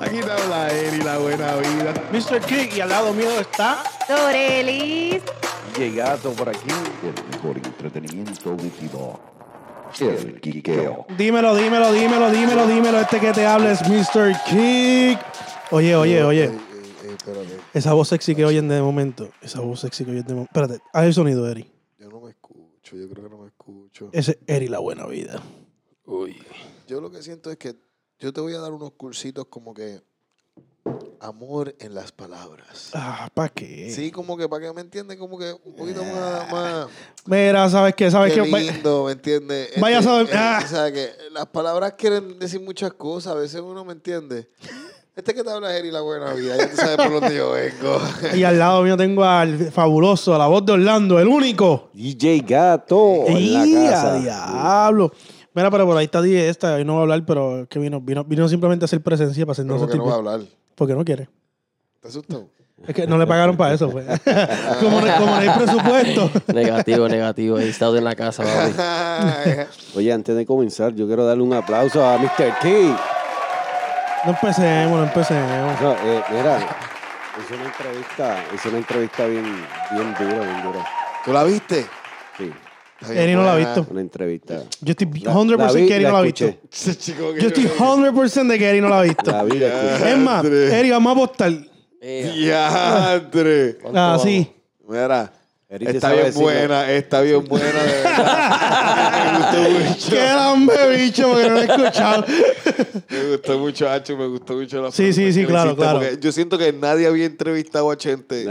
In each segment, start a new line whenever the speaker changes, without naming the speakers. Aquí te habla Eri, la buena vida.
Mr. Kick y al lado mío está.
Dorelis.
Llegado por aquí el mejor entretenimiento wikido. El quiqueo.
Dímelo, dímelo, dímelo, dímelo, dímelo. Este que te habla es Mr. Kick. Oye, oye,
Eh,
oye.
eh, eh, espérate,
Esa voz sexy que oyen de momento. Esa voz sexy que oyen de momento. Espérate, haz el sonido, Eri.
yo no me escucho, yo creo que no me escucho.
Ese es Eri la buena vida.
Yo lo que siento es que yo te voy a dar unos cursitos como que amor en las palabras.
Ah, ¿pa' qué?
Sí, como que para que me entiendan, como que un
Ah.
poquito más, más
Mira, ¿sabes qué? ¿Sabes
qué
qué?
lindo, ¿me entiendes?
vaya a saber-
eh,
ah.
o sea, que las palabras quieren decir muchas cosas, a veces uno me entiende. Este que te habla es Eri, la buena vida, ya tú sabes por dónde yo vengo.
Y al lado mío tengo al fabuloso, a la voz de Orlando, el único.
DJ Gato. en la
¡Ey, a
casa.
diablo! Mira, pero por ahí está DJ esta, hoy no va a hablar, pero que vino, vino, vino simplemente a hacer presencia para hacernos
Pero que
sentir
no va a
bien.
hablar.
Porque no quiere.
¿Te asustó?
Es que no le pagaron para eso, pues. como, no, como no hay presupuesto.
Negativo, negativo. He estado en la casa, papi.
Oye, antes de comenzar, yo quiero darle un aplauso a Mr. King.
No empecemos, no empecemos.
No, eh, mira, es una entrevista, es una entrevista bien, bien dura, bien dura.
¿Tú la viste?
Sí,
Está bien
Eri no la ha
buena.
visto.
una entrevista.
Yo estoy
La-
100%
vi,
que Eri no la ha visto.
escuché.
Ese chico que
Yo estoy 100% de que Eri no la ha visto.
La vi, la escuché.
Es más,
André.
Eri, vamos a apostar.
Eh,
¡Diantre!
¿cuánto
Ah,
vamos?
sí.
Mira,
Eric te
está
sabe
bien
decirlo.
buena, está bien buena, de verdad. me gustó mucho.
¡Qué gran bebicho! Porque no lo he escuchado.
Me gustó mucho, Hacho, me gustó mucho la
Sí, sí,
forma
sí,
que lo
claro, claro.
porque Yo siento que nadie había entrevistado a Chente.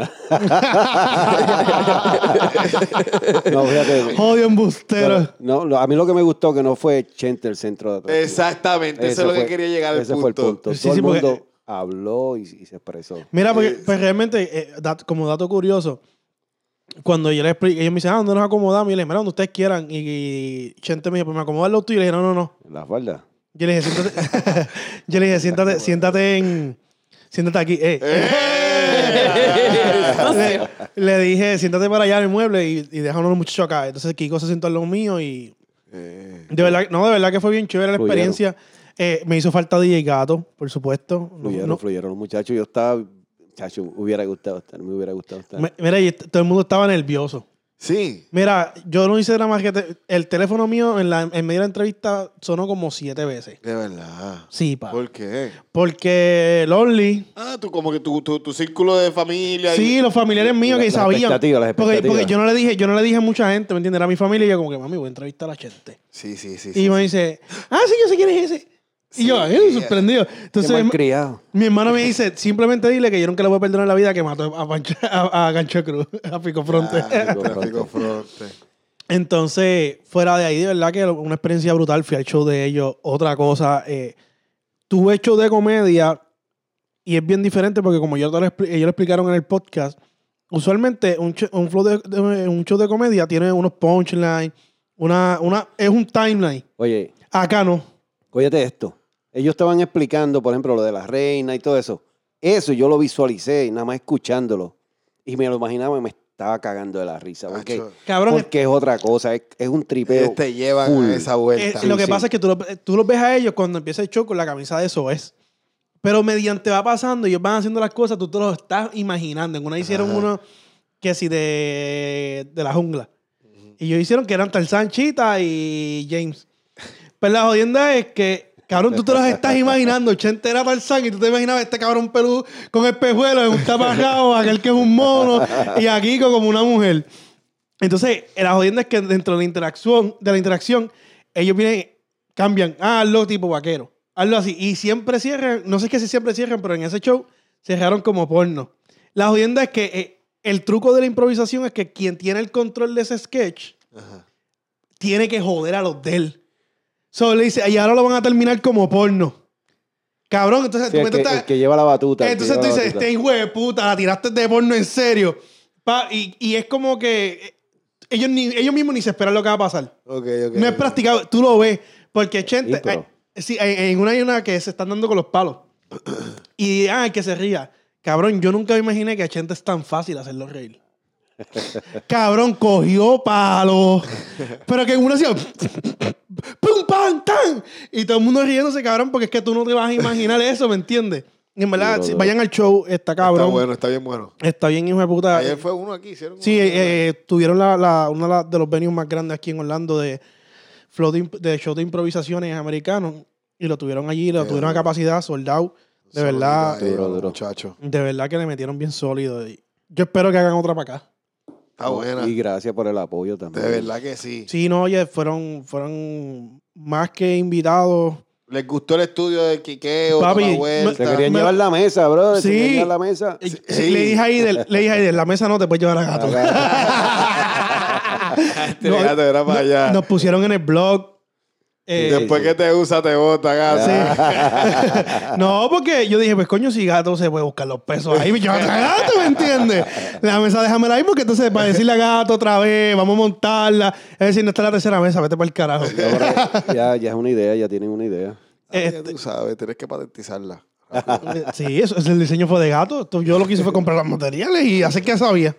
No, fíjate.
Odio embustero.
pero- no, lo- a mí lo que me gustó que no fue Chente el centro de atracción.
Exactamente, eso, es lo
fue-
que quería llegar al
ese
punto.
fue el punto.
Sí,
Todo
sí,
el
porque-
mundo habló y, y se expresó.
Mira, porque pues, realmente, eh, dat- como dato curioso, cuando yo les expliqué, ellos me dicen, ah, ¿dónde nos acomodamos? Y yo les dije, mira, donde ustedes quieran. Y, y Chente me dijo, pues me acomodan los tuyos. Y le dije, no, no, no.
En la falda.
Yo le dije, siéntate, yo le dije, siéntate, siéntate en. Siéntate aquí. eh. le, le dije, siéntate para allá en el mueble y, y déjanos los muchachos acá. Entonces Kiko se sentó en los míos y.
Eh,
De verdad, no, de verdad que fue bien chévere la
Fluyeron.
experiencia. Eh, me hizo falta DJ Gato, por supuesto. No-
Fluyeron,
no-
fluyeron los muchachos. Yo estaba, muchacho, hubiera gustado estar, me hubiera gustado estar.
me- mira, y est- todo el mundo estaba nervioso.
sí.
Mira, yo no hice nada más que. te- el teléfono mío en, la, en medio de la entrevista sonó como siete veces.
De verdad.
Sí, pa.
¿Por qué?
Porque Lonely.
Ah, tú como que tu, tu, tu círculo de familia. y-
Sí, los familiares míos
Las-
que
las
sabían.
expectativas, las
porque, porque
expectativas.
yo no le dije, yo no le dije a mucha gente, ¿me entiendes? Era mi familia y yo como que, mami, voy a entrevistar a la gente.
sí, sí, sí.
Y
sí.
me dice, ah, sí, yo sé quién es ese. Y yo, eh, sorprendido. Entonces,
Qué
mi,
malcriado.
mi hermano me dice, simplemente dile que yo nunca le voy a perdonar la vida que mató a, Pancho- a, a Gancho Cruz, a Pico Fronte.
Ah, tráfico fronte.
Entonces, fuera de ahí, de verdad que lo- una experiencia brutal. Fui al show de ellos. Otra cosa, eh, tuve show de comedia y es bien diferente porque como yo te lo expli- ellos lo explicaron en el podcast, usualmente un, cho- un, flow de- de- un show de comedia tiene unos punchlines, una, una, es un timeline.
Oye,
Acá no.
Óyete esto. Ellos estaban explicando, por ejemplo, lo de la reina y todo eso. Eso yo lo visualicé, nada más escuchándolo. Y me lo imaginaba y me estaba cagando de la risa. Porque,
Hacho,
Cabrón,
porque es otra cosa, es, es un tripeo.
ellos te llevan
full.
a esa
Eh,
vuelta.
lo que
sí.
pasa es que tú, lo- eh, tú los ves a ellos cuando empieza el show con la camisa de eso es. Pero mediante va pasando, ellos van haciendo las cosas, tú te los estás imaginando. En una hicieron uno que si de, de la jungla. Y ellos hicieron que eran Tarzán Chita y James. Pero la jodienda es que, cabrón, tú te los estás imaginando. Chente era Tarzán y tú te imaginabas este cabrón pelú con espejuelos, un taparrabo, aquel que es un mono y a Kiko como una mujer. Entonces, la jodienda es que dentro de la interacción, de la interacción ellos vienen, cambian, ah, hazlo tipo vaquero, hazlo así. Y siempre cierran, no sé qué si siempre cierran, pero en ese show cerraron como porno. La jodienda es que eh, el truco de la improvisación es que quien tiene el control de ese sketch
Ajá.
tiene que joder a los de él. Solo le dice, y ahora lo van a terminar como porno. Cabrón, entonces
Sí, el,
metes
que,
esta-
el que lleva la batuta. el que
entonces
lleva
tú
la
dices,
batuta.
este hijo de puta, la tiraste de porno en serio. Pa, y, y es como que eh, ellos, ni, ellos mismos ni se esperan lo que va a pasar.
Ok, ok.
No es practicado, tú lo ves. Porque Chente,
Sí, pero-
eh, sí, en, en una hay una que se están dando con los palos. y, ah, que se ría. Cabrón, yo nunca me imaginé que a Chente es tan fácil hacerlo reír. Cabrón, cogió palo. Pero que uno hacía. ¡Pum, pam, tan! Y todo el mundo riéndose, cabrón, porque es que tú no te vas a imaginar eso, ¿me entiendes? Y en verdad,
Duro,
si
duro.
vayan al show, está cabrón.
Está bueno, está bien bueno.
bien, hijo de puta.
Ayer fue uno aquí, hicieron
Sí,
uno.
eh, eh, tuvieron la, la- uno de la- de los venues más grandes aquí en Orlando de, flow de, imp- de show de improvisaciones americanos. Y lo tuvieron allí, lo
Qué
tuvieron a
duro.
capacidad, soldado. eh, De verdad,
Saludito ahí,
Duro,
a los
duro.
muchachos.
de verdad que le metieron bien sólido. Y yo espero que hagan otra para acá.
Está Ah, buena.
Y gracias por el apoyo también.
De verdad que sí.
Sí, no, oye, fueron, fueron más que invitados.
¿Les gustó el estudio de Quiqueo?
Papi,
Toma
Se
vuelta.
querían
Me-
llevar la mesa, bro. Se
Sí.
querían llevar la mesa.
Y-
sí.
Le dije ahí, del, le dije ahí, del, la mesa no te puedes llevar a gato.
Este gato era para allá.
Nos pusieron en el blog. eh,
Después que te usa, te bota, gato.
No, porque yo dije, pues coño, si gato se puede buscar los pesos ahí, yo otra gato, ¿me entiendes? La mesa déjamela ahí porque entonces para decirle a gato otra vez, vamos a montarla. Es decir, no está la tercera mesa, vete para el carajo.
ya, ya es una idea, ya tienen una idea.
Ah, ya
Este-
tú sabes, tienes que patentizarla.
Sí, eso, el diseño fue de gato. Esto- Yo lo que hice fue comprar los materiales y hacer que sabía.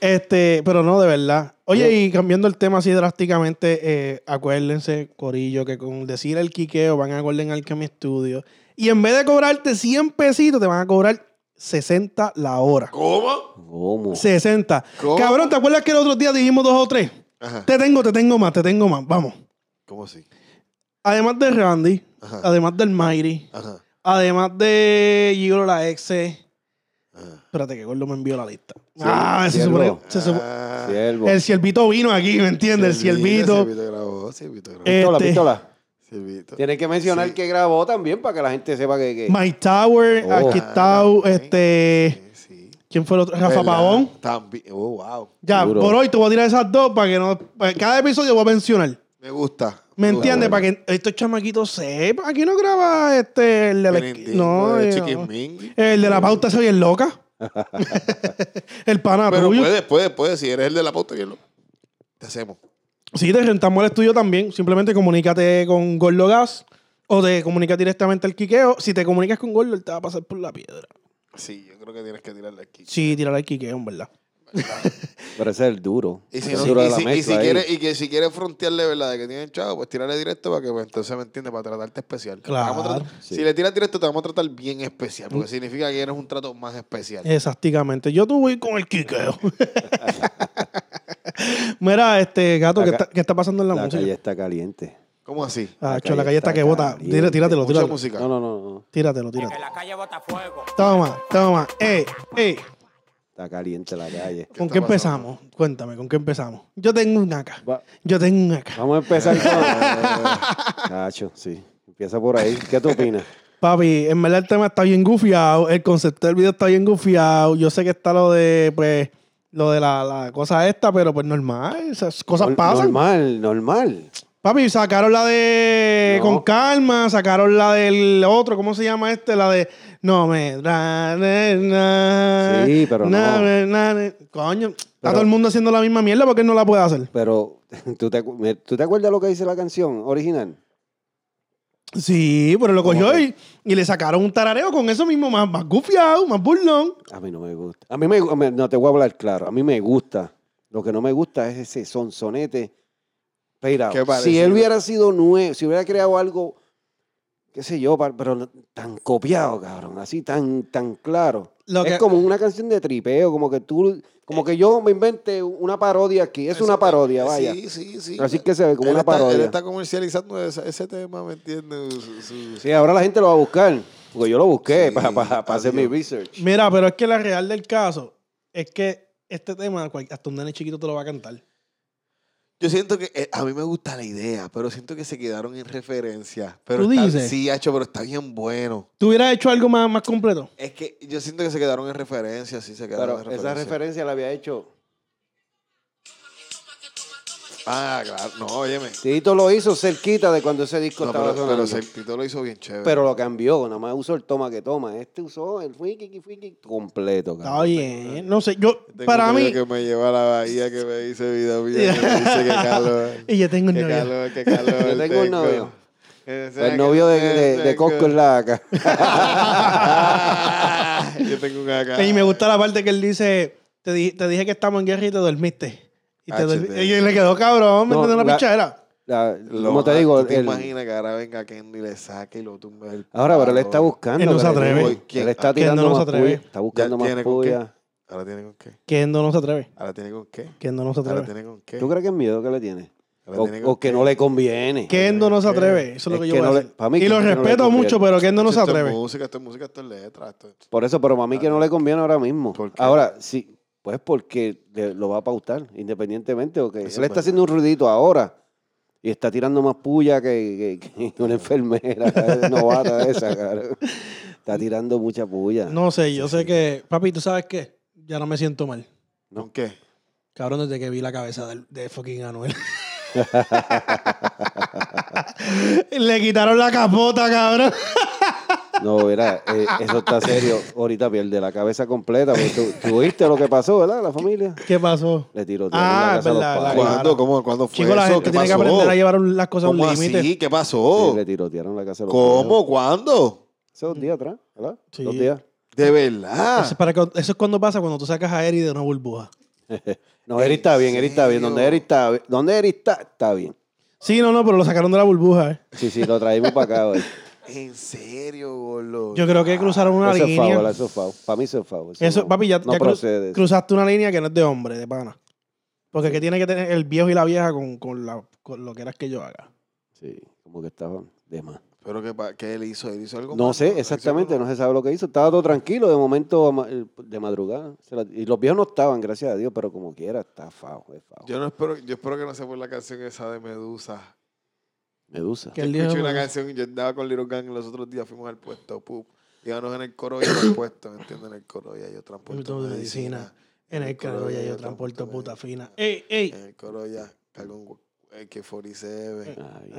este, pero no, de verdad. Oye, y cambiando el tema así drásticamente, eh, acuérdense, Corillo, que con decir el quiqueo van a Golden Alchemy Studio y en vez de cobrarte 100 pesitos, te van a cobrar 60 la hora.
¿Cómo?
¿Cómo?
60.
¿Cómo?
Cabrón, ¿te acuerdas que el otro día dijimos dos o tres?
Ajá.
Te tengo, te tengo más, te tengo más. Vamos.
¿Cómo sí?
Además de Randy,
Ajá.
además del Mighty,
Ajá.
además de Gigolo la exe.
Ajá.
Espérate, que Gordo me envió la lista. ah, se
ciervo.
supone. se supo-
Ah,
Siervo.
el ciervito vino aquí, ¿me entiendes? El ciervito.
Siervito grabó, siervito grabó.
Eh,
pistola,
este-
pistola.
Siervito.
Tienes que mencionar
Sí.
que grabó también para que la gente sepa que. que-
My Tower,
Oh.
aquí está.
Ah,
Este.
Sí, sí.
¿Quién fue el otro? Rafa
¿Verdad?
Pavón.
También. Oh, wow.
Ya,
Duro.
por hoy te voy a tirar esas dos para que no. para- cada episodio voy a mencionar.
Me gusta.
¿Me entiendes?
entiende
Para que estos chamaquitos sepan. Aquí no graba este. El de la esqui- No,
No,
eh,
de
no.
Chiquimín.
El de la pauta se oye loca. el
Ah,
pana
Pero
tuyo.
puede, puede, puede. Si eres el de la pauta, bien lo- te hacemos.
Sí, te rentamos el estudio también. Simplemente comunícate con Gordo Gas o te comunicas directamente al Quiqueo. Si te comunicas con Gordo, él te va a pasar por la piedra.
Sí, yo creo que tienes que tirarle aquí.
Sí, tirar al Quiqueo, en verdad.
Pero ese es el duro.
Y si,
el
no-
duro de
y
la
si- y
mezcla
si
ahí.
quieres y que si quieres frontearle, ¿verdad? De que tienen chavo, pues tirarle directo para que pues, entonces me entiende, para tratarte especial. Te vamos a
Claro,
tratar-
sí. Mm.
Si le tiras directo, te vamos a tratar bien especial, porque significa que eres un trato más especial.
Eh,
Exactamente. Yo tuve voy con el Quiqueo. Mira, este gato, ¿qué
Acá-
está, qué está pasando en la,
La
música?
calle está caliente.
¿Cómo así?
Ah,
la
cho, la
calle
calle está
está
que bota.
caliente.
Tira- Tíratelo,
Mucha
tíratelo.
música.
eh, No, no, no, no.
Tíratelo, tíratelo.
Que la calle bota fuego.
Toma, toma. Eh, eh.
Está caliente la calle.
¿Con
está
qué
pasando?
empezamos? Cuéntame, ¿con qué empezamos? Yo tengo un acá.
Va-
Yo tengo un acá.
vamos a empezar con. Cacho, sí. Empieza por ahí. ¿Qué tú opinas?
Papi, en verdad el tema está bien gufiado, el concepto del video está bien gufiado, yo sé que está lo de, pues, lo de la, la cosa esta, pero pues normal, esas cosas
Nor-
Pues pasan.
Normal, normal.
Papi, sacaron la de
No.
Con Calma, sacaron la del otro, ¿cómo se llama este? La de No me... na, na, na,
Sí, pero
na,
no.
me, na, na. Coño, está
Pero-
todo el mundo haciendo la misma mierda porque él no la puede hacer.
Pero, ¿tú te, acu- me- ¿tú te acuerdas lo que dice la canción original?
Sí, pero lo
¿Cómo
cogió
que?
y, y le sacaron un tarareo con eso mismo, más, más gufiado, más burlón.
A mí no me gusta. A mí me, me- no te voy a hablar claro. A mí me gusta. Lo que no me gusta es ese sonsonete. Pero
Qué
si
parecido.
él hubiera sido nuevo, si hubiera creado algo, qué sé yo, pa- pero no- tan copiado, cabrón, así tan tan claro.
Lo
es
que-
como una canción de tripeo, como que tú, como que yo me invente una parodia aquí. Es una
Eso-
parodia, vaya.
Sí, sí, sí.
Así que se ve como
Él
una
está-
parodia.
Él está comercializando esa- ese, tema, ¿me entiendes? Su- su-
Sí, ahora la gente lo va a buscar. Porque yo lo busqué
Sí,
para, para- para hacer mi
adiós.
research.
Mira, pero es que la real del caso es que este tema, cual- hasta un nene chiquito te lo va a cantar.
Yo siento que eh, a mí me gusta la idea, pero siento que se quedaron en referencia. Pero
¿Tú
está-
dices?
Sí, hacho, pero está bien bueno.
¿Tú hubieras hecho algo más, más completo?
Es que yo siento que se quedaron en referencia, sí, se quedaron
Pero
en referencia.
esa referencia la había hecho.
Ah, claro. No, óyeme.
Tito lo hizo cerquita de cuando ese disco
No,
estaba
pero,
sonando.
pero el título lo hizo bien chévere.
Pero lo cambió, nada más usó el toma que toma. Este usó el fuiki, fuiki completo.
Está
cabrón.
bien. No sé, yo,
Tengo
para
un
mí.
novio que me lleva a la bahía que me dice vida mía, que me dice que calor.
Y yo tengo un
que
novio.
calor, que calor.
Yo tengo un novio. El novio de, de, de Cosco es
en
la acá.
la... Yo tengo un acá.
Y me gusta la parte que él dice: te, di- te dije que estamos en guerra y te dormiste. Y, te
Ah,
dormi-
chiste.
y le quedó cabrón, me
No,
entiendes? una
la-
pichadera.
La-
Lo
como te
más-
digo,
¿tú te
el-
imaginas que ahora venga Kenny le saque y lo tumbe del
ahora, pero él
palo?
está buscando.
Él no se
cabrón.
atreve.
Él está
Que él no
tirando
se
más
atreve.
puya. Está
Ya
buscando más
tiene con
puya.
Ahora tiene con qué.
Kendo no se atreve.
Ahora tiene con qué.
Kendo no se
Ahora
atreve.
tiene con qué.
¿Tú crees que es miedo que le tiene?
Ahora
O,
tiene
o
con
que
qué.
no le conviene.
Kendo no se
Ahora
atreve. Eso es lo
Es
que yo
que
voy a
no le-
decir.
pa' mí
y
que
lo
no le
respeto
conviene.
mucho, pero Kendo no se
Esto es
atreve.
música, esto es música, esto es letra. Esto es...
Por eso, pero mami que no le conviene ahora mismo.
¿Por qué?
Ahora, sí, pues porque le- lo va a pautar, independientemente. O que
Eso
él
es
está
verdad.
haciendo un ruidito ahora y está tirando más puya que, que- que una enfermera novata esa, cara. Está tirando mucha puya.
No sé, yo sé que. Papi, ¿tú sabes qué? Ya no me siento mal.
No.
¿Con qué?
Cabrón, desde que vi la cabeza del- de, fucking Anuel. Le quitaron la capota, cabrón.
No, mira, eh, eso está serio. Ahorita pierde la cabeza completa. porque Tú, tú oíste lo que pasó, ¿verdad? La familia.
¿Qué pasó?
Le tiró
Ah,
la cabeza
verdad,
a los
la-
padres.
¿Cuándo? ¿Cómo? ¿Cuándo fue
Chicos, la
Pues eso?
gente
¿Qué
tiene que
pasó?
aprender a llevar un- las cosas a un
¿Cómo
límite.
así? ¿Qué
Sí,
pasó?
le tirotearon la casa a los padres.
¿Cómo? ¿Cuándo?
Hace dos días atrás, ¿verdad?
Sí.
Dos días.
De
Eso, es
verdad.
para que- eso es cuando pasa cuando tú sacas a Eri de una burbuja.
No, Eric está bien, Eric está bien. Donde
serio?
Eric está, bien- donde Eric está, está bien.
Sí, no, no, pero lo sacaron de la burbuja. ¿eh?
Sí, sí, lo traímos para acá hoy.
En serio, boludo.
Yo creo que cruzaron una
eso es
línea.
fábula, eso es fábula. Para mí eso es fábula.
eso,
no-
papi, ya,
no
ya cru-
procede.
cruzaste una línea que no es de hombre, de pana. Porque que tiene que tener el viejo y la vieja con, con la- con lo que eras que yo haga.
Sí, como que estaba de más.
Pero que, pa- ¿qué él hizo? ¿Él hizo algo
No sé exactamente, no se sabe lo que hizo. Estaba todo tranquilo de momento ama- el- de madrugada. se la- y los viejos no estaban, gracias a Dios, pero como quiera, está fao, es fao.
Yo no espero, yo espero que no sea por la canción esa de Medusa.
Medusa.
Que
Yo
el viejo-
escuché una canción, yo andaba con Little Gang los otros días, fuimos al puesto, pup. Íbamos en el coro y en el puesto, ¿me entiendes? En el coro y yo transporto
Puto de
medicina.
medicina. En el carro ya yo transporto puta fina. Ey,
En
ey.
el coro ya cargo un AK-47.
Ay,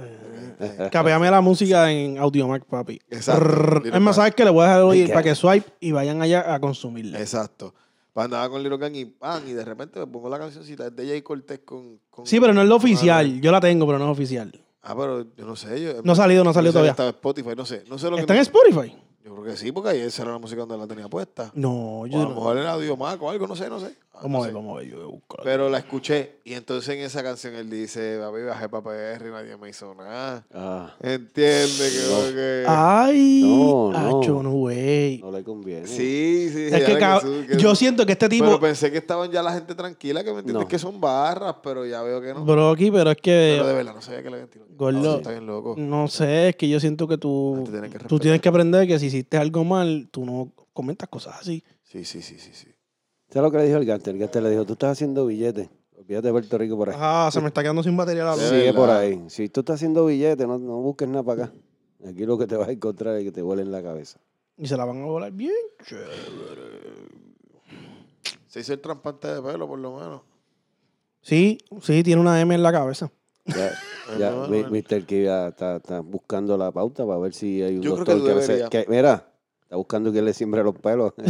Eh,
Capeame la música en Audiomac, papi.
Exacto,
Rrr.
Little
Es más,
Mac.
¿sabes que Le voy a dejar oír
Venga.
para que swipe y vayan allá a consumirla.
Exacto. Pues andaba con Little Gang y pan, y de repente me pongo la cancioncita de Jay Cortés con, con-
Sí, pero no es lo
con
oficial.
Anuel.
Yo la tengo, pero no es oficial.
Ah, pero yo no sé. Yo,
No ha salido, no ha salido
yo sé que
todavía.
Estaba en Spotify, no sé. No sé lo que.
¿Está en Spotify?
Yo creo que sí, porque ayer esa era la música donde la tenía puesta.
No,
O
yo
a
no.
lo mejor era Diomaco o algo, no sé, no sé. Ah, no
Vamos a
sé.
ver, vamos a ver. Yo voy a buscar.
Pero la escuché. Y entonces en esa canción él dice, papi, bajé para PR y nadie me hizo nada.
ah,
Entiende que,
No.
como que-
Ah. Ay,
No, no.
acho, no, güey.
no le conviene.
Sí, sí.
es
ya
que,
que
cab-
su- que-
yo siento que este tipo.
Pero pensé que estaban ya la gente tranquila, que me entiendes
No.
que son barras, pero ya veo que no.
Brocky, pero es que.
pero de verdad, no sabía que le habían tirado.
eh, Gordo. Mm.
Ah, sí, Está bien loco.
No sé, es que yo siento que tú.
Antes tienes que
tú
respetar.
tienes que aprender que si hiciste algo mal, tú no comentas cosas así.
Sí, sí, sí, sí, sí.
¿Sabes lo que le dijo el Gantel? El Gantel le dijo, tú estás haciendo billetes. Olvídate de Puerto Rico por ahí.
Ah, se me está quedando sin batería la luz.
Sí.
Sigue
verdad.
por ahí. Si tú estás haciendo billetes, no, no busques nada para acá. Aquí lo que te vas a encontrar es que te vuelen la cabeza.
Y se la van a volar bien. chévere.
Se hizo el trasplante de pelo, por lo menos.
Sí, sí, tiene una M en la cabeza.
Ya, ya,
Bueno,
mi-
bueno.
Mr. que ya está, está buscando la pauta para ver si hay un
Yo creo que
doctor que, a veces-
debería.
que- Mira, está buscando que le siembre los pelos.
¿Tú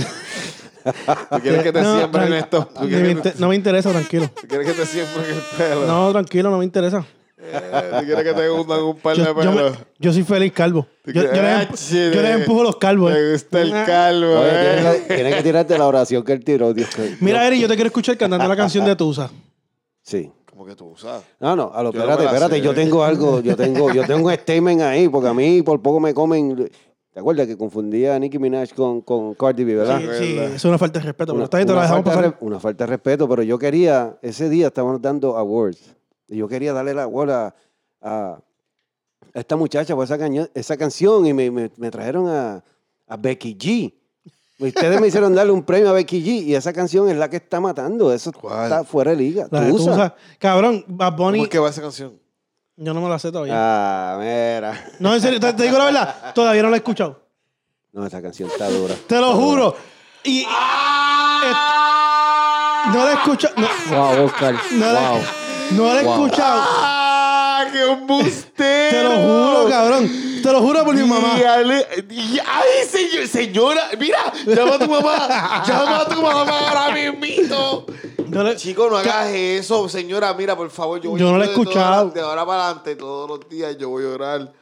quieres que te
Ah, No,
siembren
tran-
esto? ¿Tú
Ni
quieres,
me
que te,
inter- No me interesa, tranquilo.
tú quieres que te siembren el pelo?
No, tranquilo, no me interesa.
Eh, ¿Tú quieres que te hundan un par
Yo,
de
yo me-
pelos?
yo soy feliz calvo.
¿Tú
Yo, yo
quieres-
les,
Ah,
empu-
chile.
yo les empujo los calvos. eh.
Me gusta el
Ah.
calvo,
Oye,
eh.
tienes, que, tienes que tirarte la oración que él tiró, Dios que-
Mira, Eri, yo te quiero escuchar cantando la canción de Tusa.
Sí.
Como que tú usas.
No, no, a lo,
Yo no
espérate,
me la
espérate,
sé.
yo tengo algo, yo tengo, yo tengo un statement ahí, porque a mí por poco me comen. ¿Te acuerdas que confundía a Nicki Minaj con, con Cardi B, verdad?
Sí, sí, es una falta de respeto, pero
Una-
está bien, te la
una
dejamos
falta de
pasar.
re- una falta de respeto, pero yo quería, ese día estábamos dando awards. Y yo quería darle la award a, a esta muchacha por esa, caño- esa canción y me, me- me trajeron a, a Becky G. Ustedes me hicieron darle un premio a Becky G y esa canción es la que está matando. Eso
¿Cuál?
está fuera de liga.
La de
Tusa.
Tusa. Cabrón, Bad
¿Cómo es
Bunny,
que va esa canción?
yo no me la sé todavía.
Ah, mira.
No, en serio, te, te digo la verdad, todavía no la he escuchado.
No, esa canción está dura.
Te lo juro. Y.
Ah,
et- no la he escuchado. No,
Wow, Oscar.
no la,
Wow.
no la he
Wow.
escuchado.
¡Ah! ¡Qué embustero!
Te lo juro, cabrón. Te lo juro por mi mamá.
Dígale- di- ¡Ay, señor- señora! Mira, llama a tu mamá. llama a tu mamá ahora mismito.
No la-
Chico, no hagas eso, señora. Mira, por favor, yo voy
Yo no la he
de toda-
escuchado.
De ahora para adelante, todos los días yo voy a orar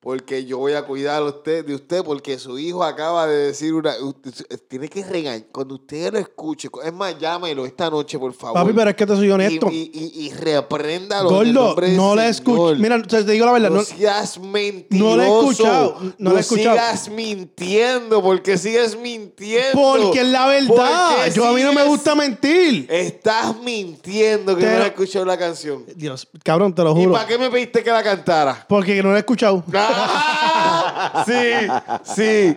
porque yo voy a cuidar a usted, de usted, porque su hijo acaba de decir una... usted- tiene que regañar. Cuando usted lo escuche, es más, llámelo esta noche, por favor.
Papi, pero es que te soy honesto.
Y, y, y, y repréndalo. en el
Gordo,
nombre del
no la
Señor.
escucho. Mira, te te digo la verdad.
No
no-
seas mentiroso.
no la he escuchado, no la he escuchado.
sigas mintiendo, porque sigues mintiendo.
porque es la verdad.
Porque Eh.
Yo a mí no me
sigues-
gusta mentir.
Estás mintiendo que
Te
no
lo-
la he escuchado la canción.
Dios, cabrón, te lo
¿Y
juro.
para qué me pediste que la cantara?
Porque no la he escuchado.
¡Ah! Sí, sí.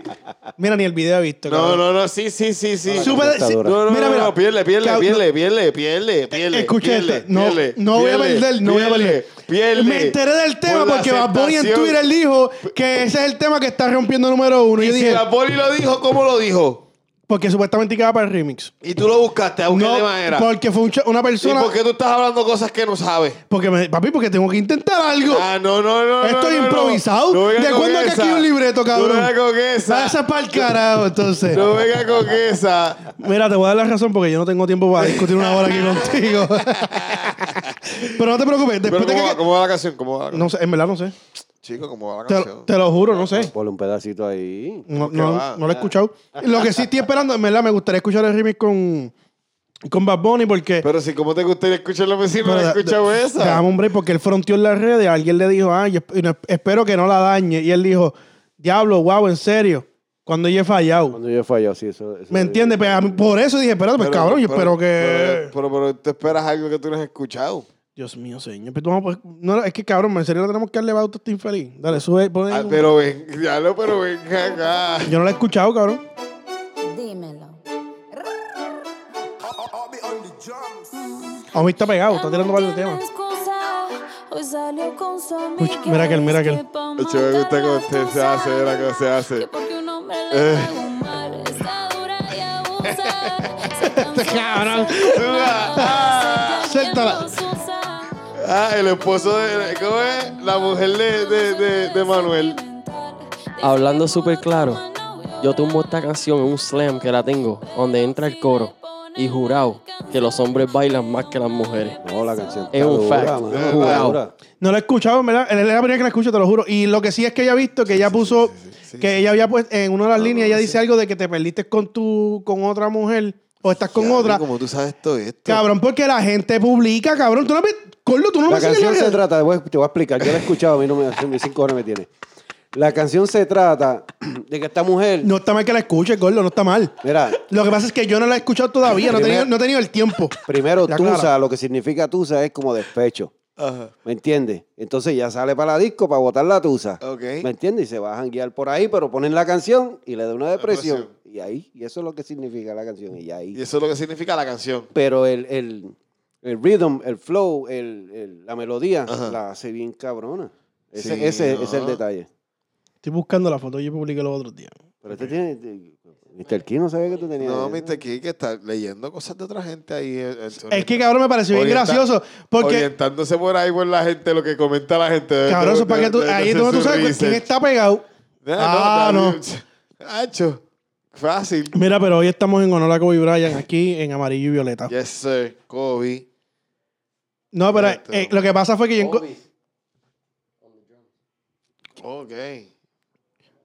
Mira, ni el video he visto.
No,
cabrón.
no, no, sí, sí, sí, sí.
No,
Súper-
Está
sí,
dura.
No, no,
mira,
no,
mira.
no, pierde, pierde,
Cab-
pierde, pierde, pierde, pierde.
Escucha
pierde,
esto. No,
pierde,
no voy a
pierde,
perder, no voy a perder.
Pierde.
Me enteré del tema
Por la
porque Bad Bunny en
aceptación.
Twitter dijo que ese es el tema que está rompiendo número uno. Y
Y
yo
si
dije,
la poli lo dijo, ¿cómo lo dijo?
porque supuestamente iba para el remix.
Y tú lo buscaste, aunque
No,
de manera.
porque fue un cha- una
¿Y
persona.
por qué tú estás hablando cosas que no sabes?
Porque me- papi, porque tengo que intentar algo.
Ah, no, no, no.
Esto
no,
es
no, no.
improvisado.
No venga
¿De
con
cuándo acá
esa.
aquí hay un libreto, cabrón?
No venga con esa.
Vas a para el carajo, entonces.
No venga con esa.
Mira, te voy a dar la razón porque yo no tengo tiempo para discutir una hora aquí contigo. Pero no te preocupes,
Pero
después de
¿cómo, va,
que.
¿Cómo va la canción? ¿Cómo va la canción?
No sé, en verdad no sé.
Chico, ¿cómo va la
Te,
canción?
te lo juro, no sé.
Por un pedacito ahí.
No,
¿Qué
no,
va?
no lo he escuchado. Lo que sí estoy esperando, en verdad, me gustaría escuchar el remix con, con Bad Bunny porque.
Pero si, ¿cómo te gustaría escucharlo? Si no
Pero
he
da-
escuchado
da- pues,
esa.
Dame, hombre, porque él fronteó en las redes. Alguien le dijo, ah, yo esp- no- espero que no la dañe. Y él dijo, diablo, wow, en serio. Cuando yo he fallado.
Cuando yo fallo, sí, eso. eso-
¿Me entiendes? Pues, a mí- por eso dije, espérate, pues
Pero-
cabrón, yo
pero-
espero que.
Pero, pues- pero, pero tú esperas algo que tú no has escuchado.
Dios mío, señor. Pero tú vamos a poder- no, es que cabrón, en serio le tenemos que darle bauta a este infeliz. Dale, sube, pon ahí
Ah,
un-
pero ven, ya no, pero ven acá.
Yo no la he escuchado, cabrón.
Dímelo.
A mí está pegado, está tirando varios temas. Uy, mira aquel, mira aquel.
El chico me gusta cómo usted se hace, mira cómo se hace. Eh.
Cabrón. Suéltala.
Ah, el esposo de. ¿Cómo es? La mujer de, de, de, de Manuel.
Hablando súper claro, yo tumbo esta canción en un slam que la tengo, donde entra el coro y jurado que los hombres bailan más que las mujeres.
No, la canción.
Es un
está
fact.
mano,
Es
está
jurado.
dura.
No la he escuchado, en ¿verdad? Es la primera que la escucho, te lo juro. Y lo que sí es que ella ha visto que ella puso, que ella había puesto en una de las líneas, ella dice algo de que te perdiste con tu, con otra mujer o estás con otra.
Como tú sabes todo esto.
Cabrón, porque la gente publica, cabrón. Tú no me, Corlo, tú no
La
me sigues en
canción
las
se
redes?
trata, te voy, a- te voy a explicar, yo la he escuchado, a mí no me hace mis cinco horas me tiene. La canción se trata de que esta mujer,
No está mal que la escuche, Corlo, no está mal.
mira,
Lo que pasa es que yo no la he escuchado todavía, no he tenido,
Primer-
no he tenido el tiempo.
primero
Ya,
tusa,
claro.
lo que significa tusa es como despecho,
Ajá.
¿me entiendes? Entonces ya sale para la disco para botar la tusa,
Ok.
¿me entiendes? Y se va a janguear por ahí, pero ponen la canción y le da una depresión.
Depresión.
Y ahí, y eso es lo que significa la canción, y ahí.
Y eso es lo que significa la canción.
pero el, el, el rhythm, el flow, el, el- la melodía
Ajá.
la hace bien cabrona. Ese,
Sí,
ese
¿no?
es el detalle.
Estoy buscando la foto que yo publiqué los otros días.
Pero este tiene. de- Mr. Key no sabía que tú tenías.
No,
eso.
Mr. Key, que está leyendo cosas de otra gente ahí. el- el-
Es que, cabrón, me pareció bien
Orienta-
gracioso. Porque,
Orientándose por ahí por la gente, lo que comenta la gente. debe-
cabrón, eso es para
debe-
que tú.
debe
Ahí
hacer
tú, tú
su
sabes quién
research.
está pegado. Ah,
Ah, no.
no.
David, Hacho, Fácil.
Mira, pero hoy estamos en honor a Kobe Bryant aquí en amarillo y violeta.
Yes, sir. Kobe.
No, pero
Exacto.
eh, lo que pasa fue que yo. enco-
Ok.
Pues,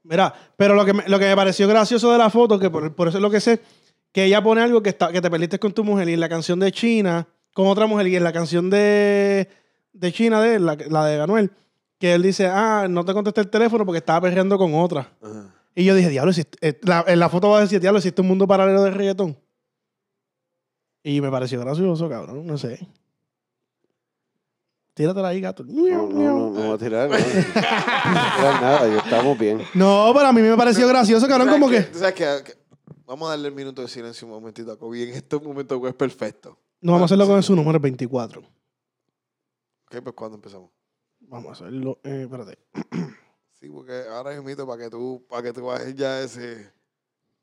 Mira, pero lo que, me, lo que me pareció gracioso de la foto, que por, por eso es lo que sé, que ella pone algo que, está, que te perdiste con tu mujer y en la canción de China, con otra mujer y en la canción de, de China, de él, la, la de Manuel, que él dice, ah, no te contesté el teléfono porque estaba perreando con otra. Y yo dije, diablo, existe- eh, la- en la foto va a decir, diablo, existe un mundo paralelo de reggaetón. Y me pareció gracioso, cabrón, no sé. Tíratela ahí, gato.
No, no, no, no va a tirar. No, no voy a tirar nada, yo estamos bien.
No, pero a mí me pareció gracioso, cabrón,
¿Sabes
como
qué?
que...
¿Sabes qué? Que- Vamos a darle el minuto de silencio un momentito a Kobe. En este momento güey, es perfecto.
No vamos a hacerlo con su número 24.
Ok, pues cuando empezamos.
Vamos a hacerlo. eh, espérate.
Sí, porque ahora es mito para que tú, para que tú bajes ya ese,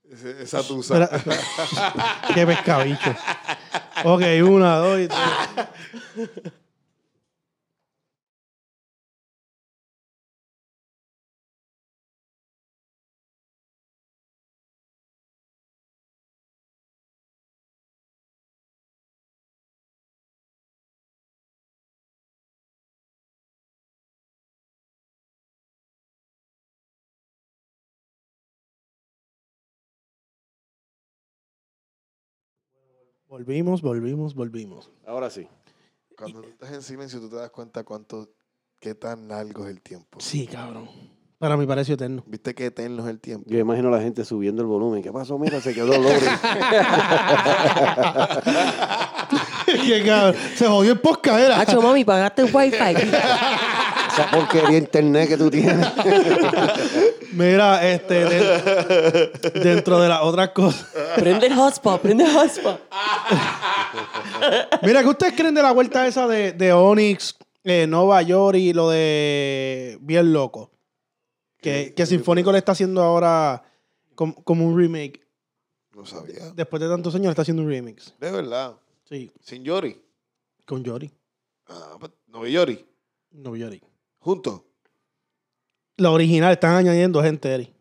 ese- esa tusa.
Espera. Qué pescabicho. Ok, una, dos y tres. Volvimos, volvimos, volvimos.
Ahora sí.
Cuando tú estás en silencio, tú te das cuenta cuánto, qué tan largo es el tiempo.
Sí, cabrón. Para mí pareció eterno.
¿Viste qué eterno es el tiempo?
Yo imagino a la gente subiendo el volumen. ¿Qué pasó? Mira, se quedó Lori.
Qué cabrón. Se jodió el podcast, era.
Hacho, mami, pagaste el wifi.
Esa porquería internet que tú tienes.
Mira, este, de- dentro de las otras cosas.
prende el hotspot, prende el hotspot.
Mira, ¿qué ustedes creen de la vuelta esa de, de Onyx, eh, Nova York y lo de Bien Loco? Que, que Sinfónico le está haciendo ahora com- como un remake.
No sabía.
Después de tantos años le está haciendo un remix.
De verdad.
Sí,
Sin Yori.
con Yori.
Ah, pues, no vi Yori.
No Yori.
Juntos.
La original, están añadiendo gente, Eri.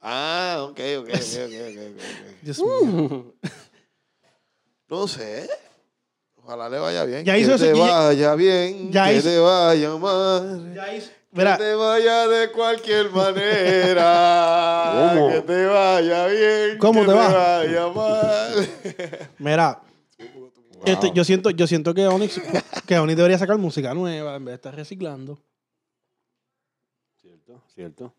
Ah, ok, ok, ok, ok, ok, ok.
Dios mío.
No sé. Ojalá le vaya bien.
Ya
que
hizo
te
ese- ya-
vaya bien.
ya
que
hizo-
te vaya mal.
Mira,
Que te vaya de cualquier manera.
¿Cómo?
Que te vaya bien.
¿Cómo
que
te va?
vaya mal.
mira. Este, yo, siento, yo siento que Onyx, que Onyx debería sacar música nueva en vez de estar reciclando.
Cierto, cierto.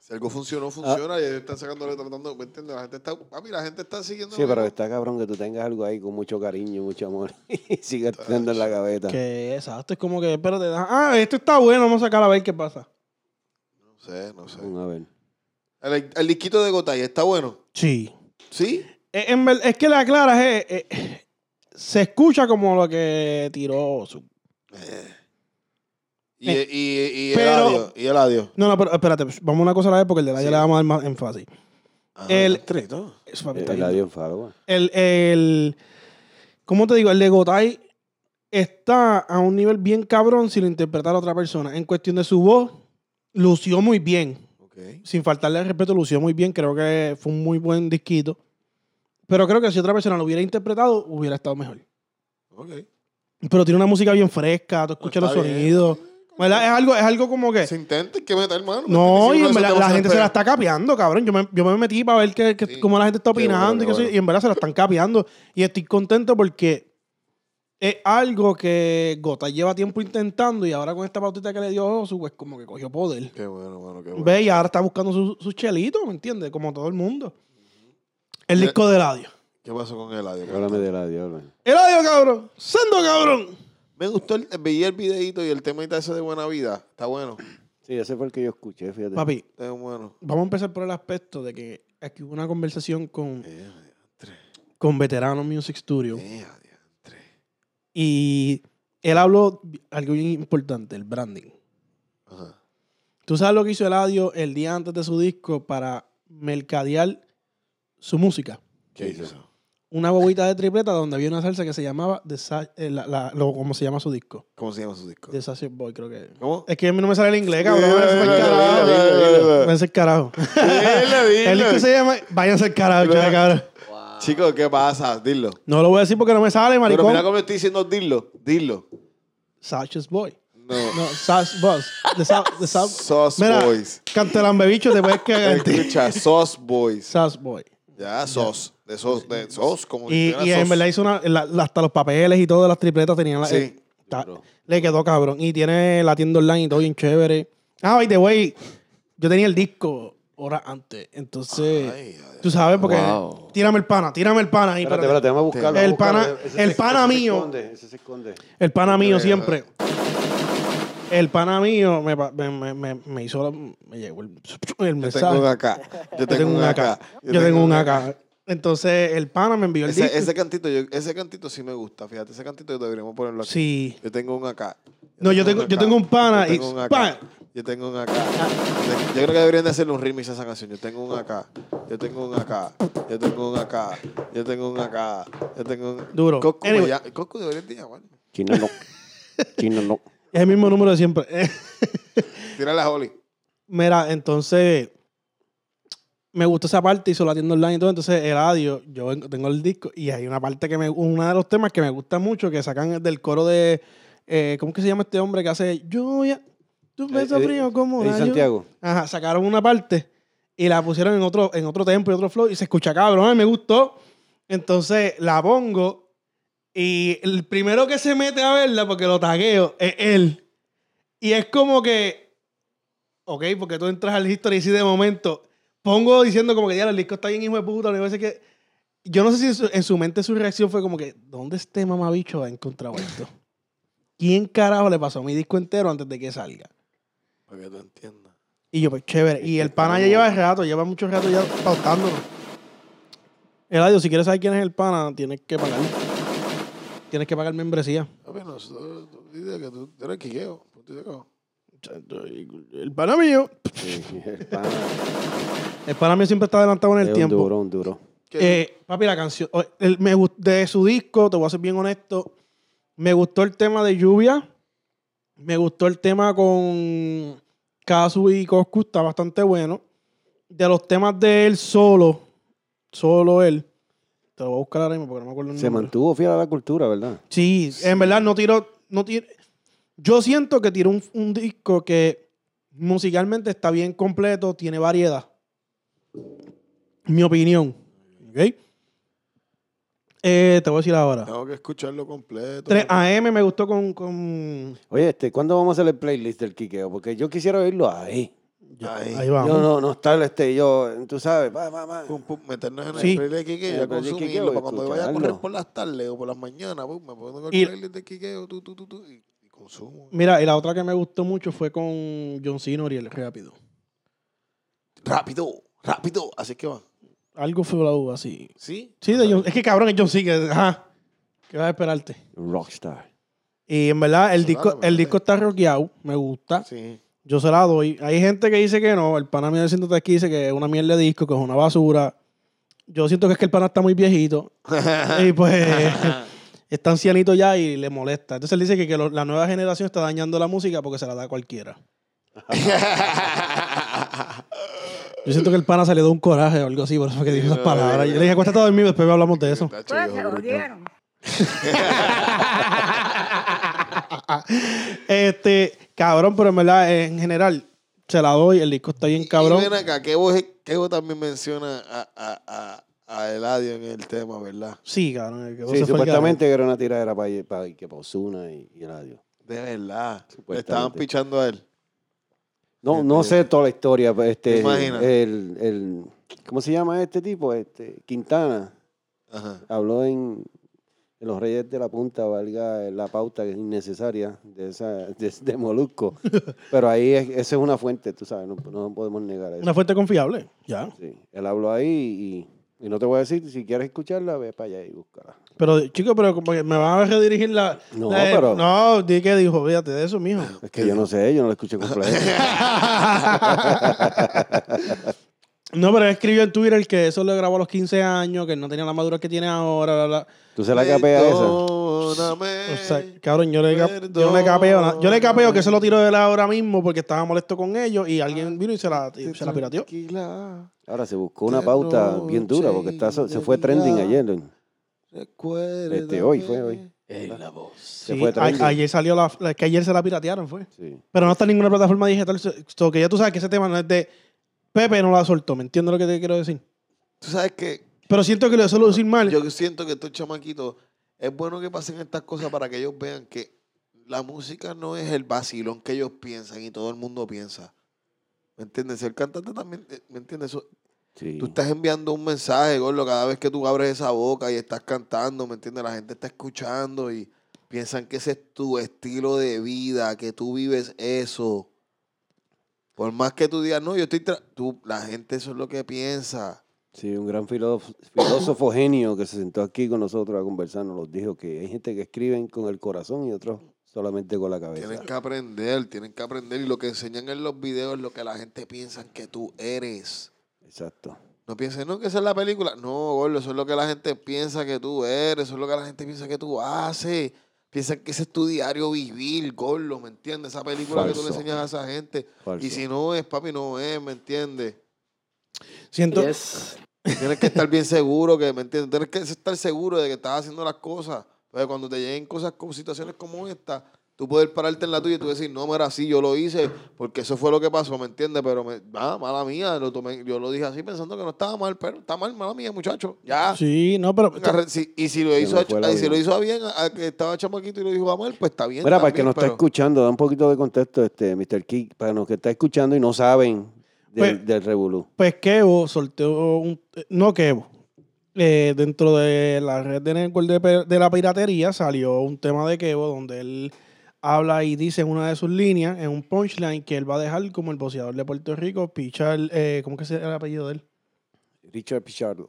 Si algo
Ah.
funcionó, funciona. Y ellos están sacándole, tratando. ¿Me entiendes? La gente está. Papi, la gente está siguiendo.
Sí,
lo
pero
mismo.
está cabrón que tú tengas algo ahí con mucho cariño, mucho amor. y sigas teniendo en la gaveta.
Que exacto, es como que, espérate, ah, esto está bueno, vamos a sacar a ver qué pasa.
No sé, no sé.
Vamos a ver.
El, el disquito de Gotay está bueno.
Sí.
¿Sí?
Es, E, en ver- es que la clara es, eh, eh, se escucha como lo que tiró su...
Y,
Eh,
y, y, y el
pero-
adiós. Y el adiós.
No, no, pero espérate, vamos una cosa a la vez porque el de la ya le vamos a dar más énfasis.
Ah,
El-
trito.
Es, papi, está
Eh, El
lindo.
adiós en Fargo.
el, el- ¿Cómo te digo? El de Gotay está a un nivel bien cabrón si lo interpretara otra persona. En cuestión de su voz, lució muy bien.
Ok.
Sin faltarle el respeto, lució muy bien. Creo que fue un muy buen disquito. Pero creo que si otra persona lo hubiera interpretado, hubiera estado mejor.
Ok.
Eh. Pero tiene una música bien fresca, tú escuchas
Está
los
bien.
sonidos. ¿Verdad? Es algo, es algo como que.
Se intenta, hay que meter mano.
No, y en verdad la, gente se la
está
está capeando, cabrón. Yo me, yo me metí para ver qué- qué-
Sí.
cómo la gente está
Qué bueno,
opinando y,
qué
qué sé-
bueno.
y en verdad se la están capeando. Y estoy contento porque es algo que Gota lleva tiempo intentando y ahora con esta pautita que le dio Osu, pues como que cogió poder.
Qué bueno, bueno, qué bueno.
Ve y ahora está buscando su, su chelito, ¿me entiendes? Como todo el mundo. El
Ya-
disco de radio.
¿Qué pasó con el adiós?
Háblame del adiós. háblame.
Eladio, cabrón. Sendo, cabrón.
Me gustó, el, veía el videito y el tema ese de Buena Vida. Está bueno.
Sí, ese fue el que yo escuché, fíjate.
Papi,
Está bueno.
vamos a empezar por el aspecto de que aquí hubo una conversación con, con Veterano Music Studio.
Eh, adiantre.
Y él habló algo bien importante, el branding.
Ajá.
¿Tú sabes lo que hizo Eladio el día antes de su disco para mercadear su música?
¿Qué hizo eso?
Una bobita de tripleta donde había una salsa que se llamaba, The Sa- eh, la- la- lo- ¿cómo se llama su disco?
¿Cómo se llama su disco?
The Sausage Boy, creo que.
¿Cómo?
Es que a mí no me sale el inglés, cabrón.
Dilo,
Váyanse
dilo,
al carajo.
dilo, dilo, dilo.
Váyanse al carajo.
Dilo, dilo.
El disco se llama Váyanse al carajo, chale, cabrón.
Chicos, ¿qué pasa? Dilo.
No lo voy a decir porque no me sale,
Pero mira
maricón.
cómo estoy diciendo dilo. Dilo.
Sausage Boy.
No.
No, Sauce Boys. The Sau- the Sau-
Sauce
Mira,
Boys.
Cantalambebicho, te puedes cagar.
Escucha, Sauce Boys.
Sauce Boy.
Ya, Sauce. De Sauce, de Sauce, como si
Y,
fuera
y en
Sauce.
verdad hizo una. la- la- hasta los papeles y todo de las tripletas tenían la.
Sí.
eh, ta- le quedó cabrón. Y tiene la tienda online y todo bien chévere. Ah, by the way, yo tenía el disco horas antes. Entonces,
Ay, ay,
tú sabes, porque.
Wow.
Tírame el pana, tírame el pana ahí.
Espérate,
espérate.
espérate, vamos a buscarlo.
El
vamos a buscarlo.
pana-
Ese se-
el pana
ese se
mío.
esconde, ese se esconde.
El pana mío
Creo.
siempre. El pana mío me, pa- me, me- me- me hizo. la- me llegó el, el
Yo tengo un
mensaje.
acá. Yo
Yo tengo un acá. Yo tengo un acá. Entonces, el pana me envió el
Ese,
disco.
ese cantito, yo- ese cantito sí me gusta, fíjate, ese cantito deberíamos ponerlo aquí.
Sí.
Yo tengo un acá.
No, yo tengo-
un
yo
acá.
tengo un pana
Yo
y-
tengo un acá.
pan.
Yo tengo un acá. Yo tengo- Yo creo que deberían de hacerle un remix a esa canción. Yo tengo un acá. Yo tengo un acá. Yo tengo un acá. Yo tengo un acá. Yo tengo un.
Duro.
Coco, me
Anyway.
llama- Coco deberían de llamar.
Chino no. Chino no.
Es el mismo número de siempre.
Tira la Holly.
Mira, entonces me gustó esa parte, hizo la tienda online y todo. Entonces, el audio, yo vengo- tengo el disco y hay una parte que me, uno de los temas que me gusta mucho que sacan es del coro de, eh, ¿cómo es que se llama este hombre que hace lluvia? Tu beso
Eh, eh,
frío como
Eddie
una lluvia"?
Santiago.
Ajá, sacaron una parte y la pusieron en otro, en otro tempo y otro flow y se escucha cabrón, y me gustó. Entonces la pongo y el primero que se mete a verla, porque lo tagueo, es él. Y es como que, ok, porque tú entras al history y sí, de momento pongo diciendo como que ya el disco está bien hijo de puta, lo que pasa es que yo no sé si en su, en su mente su reacción fue como que, ¿dónde este mamabicho ha encontrado esto? ¿Quién carajo le pasó mi disco entero antes de que salga?
Para que tú entiendas.
Y yo, pues chévere. Y el pana ya lleva rato, lleva mucho rato ya pautándolo. Eladio, si quieres saber quién es el pana, tienes que pagar. Tienes que pagar membresía.
A ver, nosotros, tú dices que tú, tú eres quiqueo. punto y se acabó.
El pana mío.
Sí, el pana
El pana mío siempre está adelantado en el
es
tiempo.
Un duro, un duro.
¿Qué?
Eh, papi, la canción. o- el- me gust- de su disco, te voy a ser bien honesto. Me gustó el tema de lluvia. Me gustó el tema con Kazu y Coscu, está bastante bueno. De los temas de él solo, solo él. Te lo voy a buscar ahora mismo porque no me acuerdo el
Se
nombre.
mantuvo fiel a la cultura, ¿verdad?
Sí, en verdad no tiró. No tiró- Yo siento que tiró un, un disco que musicalmente está bien completo, tiene variedad. Mi opinión. ¿ok? Eh, te voy a decir ahora.
Tengo que escucharlo completo.
3 AM me gustó con. con-
Oye, este, ¿cuándo vamos a hacer el playlist del Quiqueo? Porque yo quisiera oírlo ahí.
Ahí.
Ahí vamos.
Yo no, no estar este, yo, tú sabes, va, va, va.
Pum, pum, meternos en el
Sí.
playlist de Quiqueo,
En
ya
el playlist de
consumirlo,
Quiqueo,
para cuando vaya a correr
escucharlo.
por las tardes o por las mañanas, pum, me pongo con el
Y-
playlist de Quiqueo, tú, tú, tú, tú, y, y consumo.
Mira, y la otra que me gustó mucho fue con John Cena y el rápido.
Rápido, rápido, así es que va.
Algo fue la duda, sí.
¿Sí?
Sí, de John- es que cabrón, es John Cena. Ajá. ¿Qué vas a esperarte?
Rockstar.
Y en verdad, el,
Eso
disco,
raro,
el
¿verdad?
disco está rockeado, me gusta.
Sí.
Yo se la doy. Hay gente que dice que no. El pana mío de 103 que dice que es una mierda de disco, que es una basura. Yo siento que es que el pana está muy viejito. y pues está ancianito ya y le molesta. Entonces él dice que, que lo- la nueva generación está dañando la música porque se la da a cualquiera. Yo siento que el pana se le da un coraje o algo así, por eso fue que dijo esas palabras. Yo le dije, acuéstate a dormir, después hablamos de eso.
Tacho, yo brutal.
este, cabrón, pero en verdad, en general, se la doy. El disco está bien cabrón.
Y ven acá, Kevo, es- Kevo también menciona a, a, a, a Eladio en el tema, ¿verdad?
Sí, cabrón. el que se fue
Sí,
al carajo.
supuestamente que era una tiradera para, para que Pausuna y, y el adiós.
De verdad. Le
Supuestamente.
estaban pichando a él.
No, no sé toda la historia. pero
¿Te
Este,
imaginas?
el, el, ¿Cómo se llama este tipo? Este, Quintana.
Ajá.
Habló en, en Los Reyes de la Punta, valga la pauta que es innecesaria de, esa, de, de Molusco. Pero ahí es, esa es una fuente, tú sabes, no, no podemos negar eso.
Una fuente confiable. Ya.
Sí, él habló ahí y, y no te voy a decir, si quieres escucharla, ve para allá y búscala.
Pero, chico, pero como que me van a redirigir la.
No,
la-
pero-
No, di que dijo, fíjate de eso, mijo.
Es que yo no sé, yo no la escuché completa.
No, pero él escribió en Twitter que eso lo grabó a los 15 años, que no tenía la madura que tiene ahora, bla, bla.
¿Tú se la capeas esa?
Perdóname.
O sea, cabrón, yo le, cap- yo le capeo. na- Yo le capeo que eso lo tiró de la ahora mismo porque estaba molesto con ellos y alguien vino y se la, y se la pirateó.
Tranquila,
Ahora se buscó una pauta bien dura porque está, se fue trending ayer.
recuerda.
Este, hoy fue, hoy.
la voz.
Se
Sí,
fue
a-
trending.
ayer salió la, la- que ayer se la piratearon, fue.
Sí.
Pero no está en ninguna plataforma digital. so- so que ya tú sabes que ese tema no es de. Pepe no la soltó, ¿me entiendes lo que te quiero decir?
Tú sabes que
Pero siento que lo suelo decir mal.
yo siento que estos chamaquitos, es bueno que pasen estas cosas para que ellos vean que la música no es el vacilón que ellos piensan y todo el mundo piensa. ¿Me entiendes? El cantante también, eh, ¿me entiendes? Eso-
Sí.
Tú estás enviando un mensaje, Gordo, cada vez que tú abres esa boca y estás cantando, ¿me entiendes? La gente está escuchando y piensan que ese es tu estilo de vida, que tú vives eso. Por más que tú digas, no, yo estoy... tra-", Tú, la gente eso es lo que piensa.
Sí, un gran filósofo, filósofo genio que se sentó aquí con nosotros a conversar nos los dijo que hay gente que escriben con el corazón y otros solamente con la cabeza.
Tienen que aprender, tienen que aprender. Y lo que enseñan en los videos es lo que la gente piensa que tú eres.
Exacto.
No piensen, no, que esa es la película. No, gordo, eso es lo que la gente piensa que tú eres, eso es lo que la gente piensa que tú haces. Piensan que ese es tu diario vivir, gordo, ¿me entiendes? Esa película que tú le
Falso.
enseñas a esa gente.
Falso.
Y si no es, papi, no es, ¿me entiendes?
siento,
Tienes que estar bien seguro, que, ¿me entiendes? Tienes que estar seguro de que estás haciendo las cosas. Pero cuando te lleguen cosas, como situaciones como esta, Tú poder pararte en la tuya y tú decir, no, mira, sí, yo lo hice porque eso fue lo que pasó, ¿me entiendes? Pero, me, ah, mala mía, lo tomé, yo lo dije así pensando que no estaba mal, pero está mal, mala mía, muchacho. Ya.
Sí, no, pero.
Venga, re- si- y si lo
Que
hizo,
no
a-
fue la
y si
vida.
lo hizo a bien, a, a que estaba chamaquito y lo dijo a mal, pues está bien.
Mira, para el que
también,
nos está
pero-
escuchando, da un poquito de contexto, este, Mr. Kick, para los que está escuchando y no saben del,
Pues-
del Revolú.
Pues Kevo sorteó un. eh, No Kevo. Eh, dentro de la red de network de, pe- de la piratería salió un tema de Kevo donde él habla y dice en una de sus líneas, en un punchline, que él va a dejar como el boceador de Puerto Rico, Pichar. Eh, ¿Cómo que es el apellido de él?
Richard Pichardo.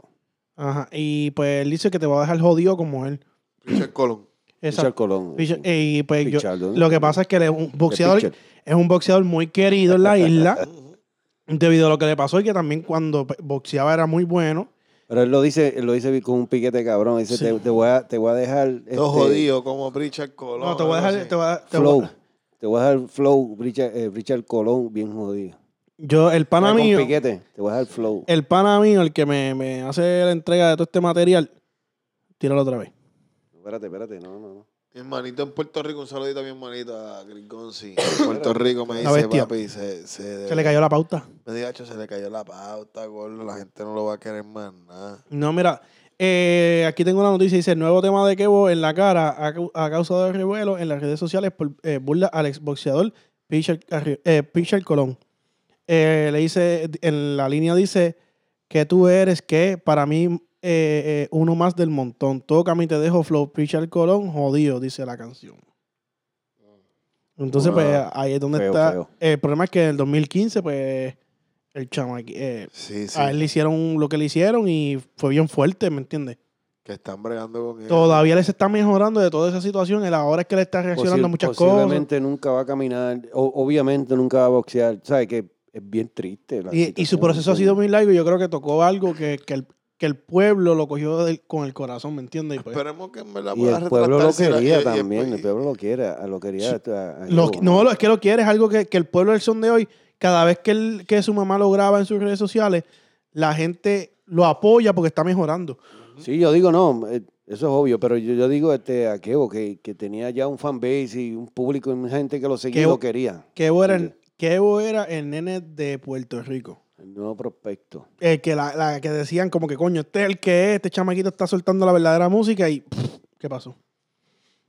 Ajá. Y pues él dice que te va a dejar jodido como él.
Richard Colon.
Richard
Exacto.
Colón.
Pichar- Y pues yo-
Pichardo, ¿no?
lo que pasa es que él es un boxeador,
Pichar.
es un boxeador muy querido en la isla debido a lo que le pasó y que también cuando boxeaba era muy bueno.
Pero él lo dice, él lo dice con un piquete cabrón. Dice,
Sí.
te, te voy a, te voy a dejar. este,
Todo jodido como Richard Colon.
No, te voy a
algo
dejar.
así.
Te voy a, te voy
Flow.
a-
Te voy a dejar flow, Richard, eh, Richard Colón, bien jodido.
yo, el pana
Con
mío,
piquete, te voy a dejar flow.
el pana mío, el que me, me hace la entrega de todo este material, tíralo otra vez.
Espérate, espérate, no, no, no.
Mi hermanito en Puerto Rico, un saludito a mi hermanito, a Greg Gonzi. En Puerto Rico me
La
dice,
bestia.
papi, se, se,
Se le cayó la pauta.
Me diga, "Acho, se le cayó la pauta, gordo, la gente no lo va a querer más nada.
No, mira, eh, aquí tengo una noticia. Dice, el nuevo tema de Kevo en la cara ha, cau- ha causado revuelo en las redes sociales por eh, burla al exboxeador Pichar, Carri- eh, Pichar Colón. Eh, le dice, en la línea dice que tú eres que para mí eh, eh, uno más del montón. Tócame y te dejo flow Pichar Colón, jodido, dice la canción. Entonces,
Wow.
pues ahí es donde
Feo,
está.
feo.
El problema es que en el 2015, pues, el chamo aquí, eh,
Sí, sí,
a él le hicieron lo que le hicieron y fue bien fuerte, ¿me entiendes?
que están bregando con él.
Todavía le se está mejorando de toda esa situación. Él ahora es que le está reaccionando a
Posi-
muchas cosas.
posiblemente nunca va a caminar, o- obviamente nunca va a boxear. ¿Sabes que Es bien triste. la
Y, y su
situación,
proceso ha sido
¿entiendes?
muy largo y yo creo que tocó algo que, que el, que el pueblo lo cogió del- con el corazón, ¿me entiendes? Y pues,
Esperemos que me la
Y
pueda
el pueblo lo
retractarse la-
quería
y- y-
también,
y-
el pueblo lo quiere, a- lo quería. a- a-
lo-
a-
no, lo- es que lo quiere, es algo que, que el pueblo del son de hoy, cada vez que, él- que su mamá lo graba en sus redes sociales, la gente lo apoya porque está mejorando.
Sí, yo digo no, eh, eso es obvio, pero yo, yo digo este, a Kevo, que, que tenía ya un fanbase y un público y mucha gente que lo seguía y
Kevo-
lo quería.
Kevo era, el-
Sí.
Kevo era el nene de Puerto Rico.
El nuevo prospecto.
eh, que la, la que decían como que coño, este es el que es, este chamaquito está soltando la verdadera música y pff, ¿qué pasó?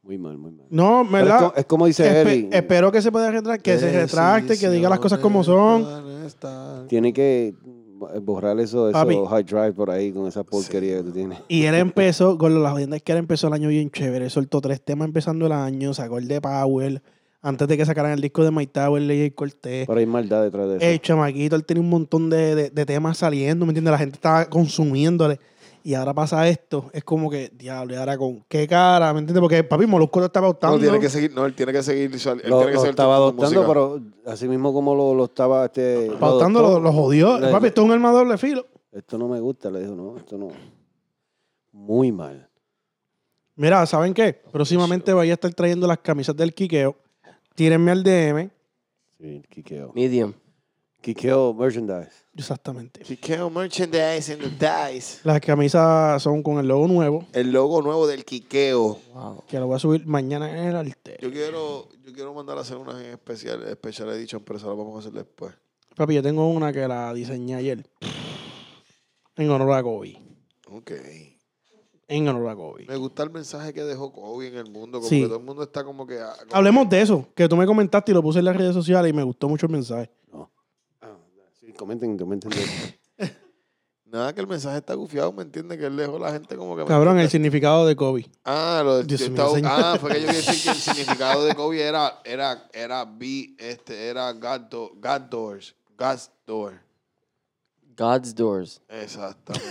Muy mal, muy mal.
No,
Pero es, co-
¿verdad?
es como dice
Espe-
Eli,
espero que se pueda retractar, que se retracte, que diga las cosas como son.
son.
tiene que borrar eso de
Papi.
esos hard drive por ahí con esa porquería que tú tienes.
Y él empezó, con la jodienda es que él empezó el año bien chévere, soltó tres temas empezando el año, sacó el de Powell, antes de que sacaran el disco de My Tower, Ley Cortés.
Pero hay maldad detrás de eso.
El chamaquito, él tiene un montón de, de- de temas saliendo, ¿me entiendes? La gente estaba consumiéndole. Y ahora pasa esto, es como que, diablo, ¿y ahora con qué cara? ¿Me entiendes? Porque papi Molusco lo estaba
No,
adoptando.
tiene que seguir, no, él tiene que seguir, sal- él
lo,
tiene que
lo
seguir
estaba
tocando
adoptando,
música.
pero así mismo como lo, lo estaba... Este, lo
Pautando
adoptó,
lo, lo jodió.
le-
papi, esto es un arma de doble filo.
Esto no me gusta, le dijo, no, esto no. Muy mal.
Mira, ¿saben qué? Próximamente voy a estar trayendo las camisas del Quiqueo. Tírenme al DM.
Sí, Kikeo.
Medium.
Kikeo merchandise.
Exactamente.
Quiqueo merchandise in the dice.
Las camisas son con el logo nuevo,
El logo nuevo del Quiqueo.
Wow.
que lo voy a subir mañana en el arte.
Yo quiero, yo quiero mandar a hacer una en especial, especial edition, pero eso lo vamos a hacer después.
Papi, yo tengo una que la diseñé ayer. En honor a Kobe.
Ok.
En honor a Kobe.
Me gusta el mensaje que dejó Kobe en el mundo, como
Sí.
que todo el mundo está como que... ah, como
Hablemos de eso, que tú me comentaste y lo puse en las redes sociales y me gustó mucho el mensaje.
Sí, comenten, comenten.
Nada, que el mensaje está gufiado, ¿me entiendes? Que él dejó a la gente como que... ¿me
Cabrón, el
entiendes?
significado de Kobe.
Ah, lo del-
Dios
yo
mío,
estaba-
señor.
ah, fue que yo quería decir que el significado de Kobe era, era, era, B, este, era God, do- God Doors, God's Door.
God's Doors.
Exactamente.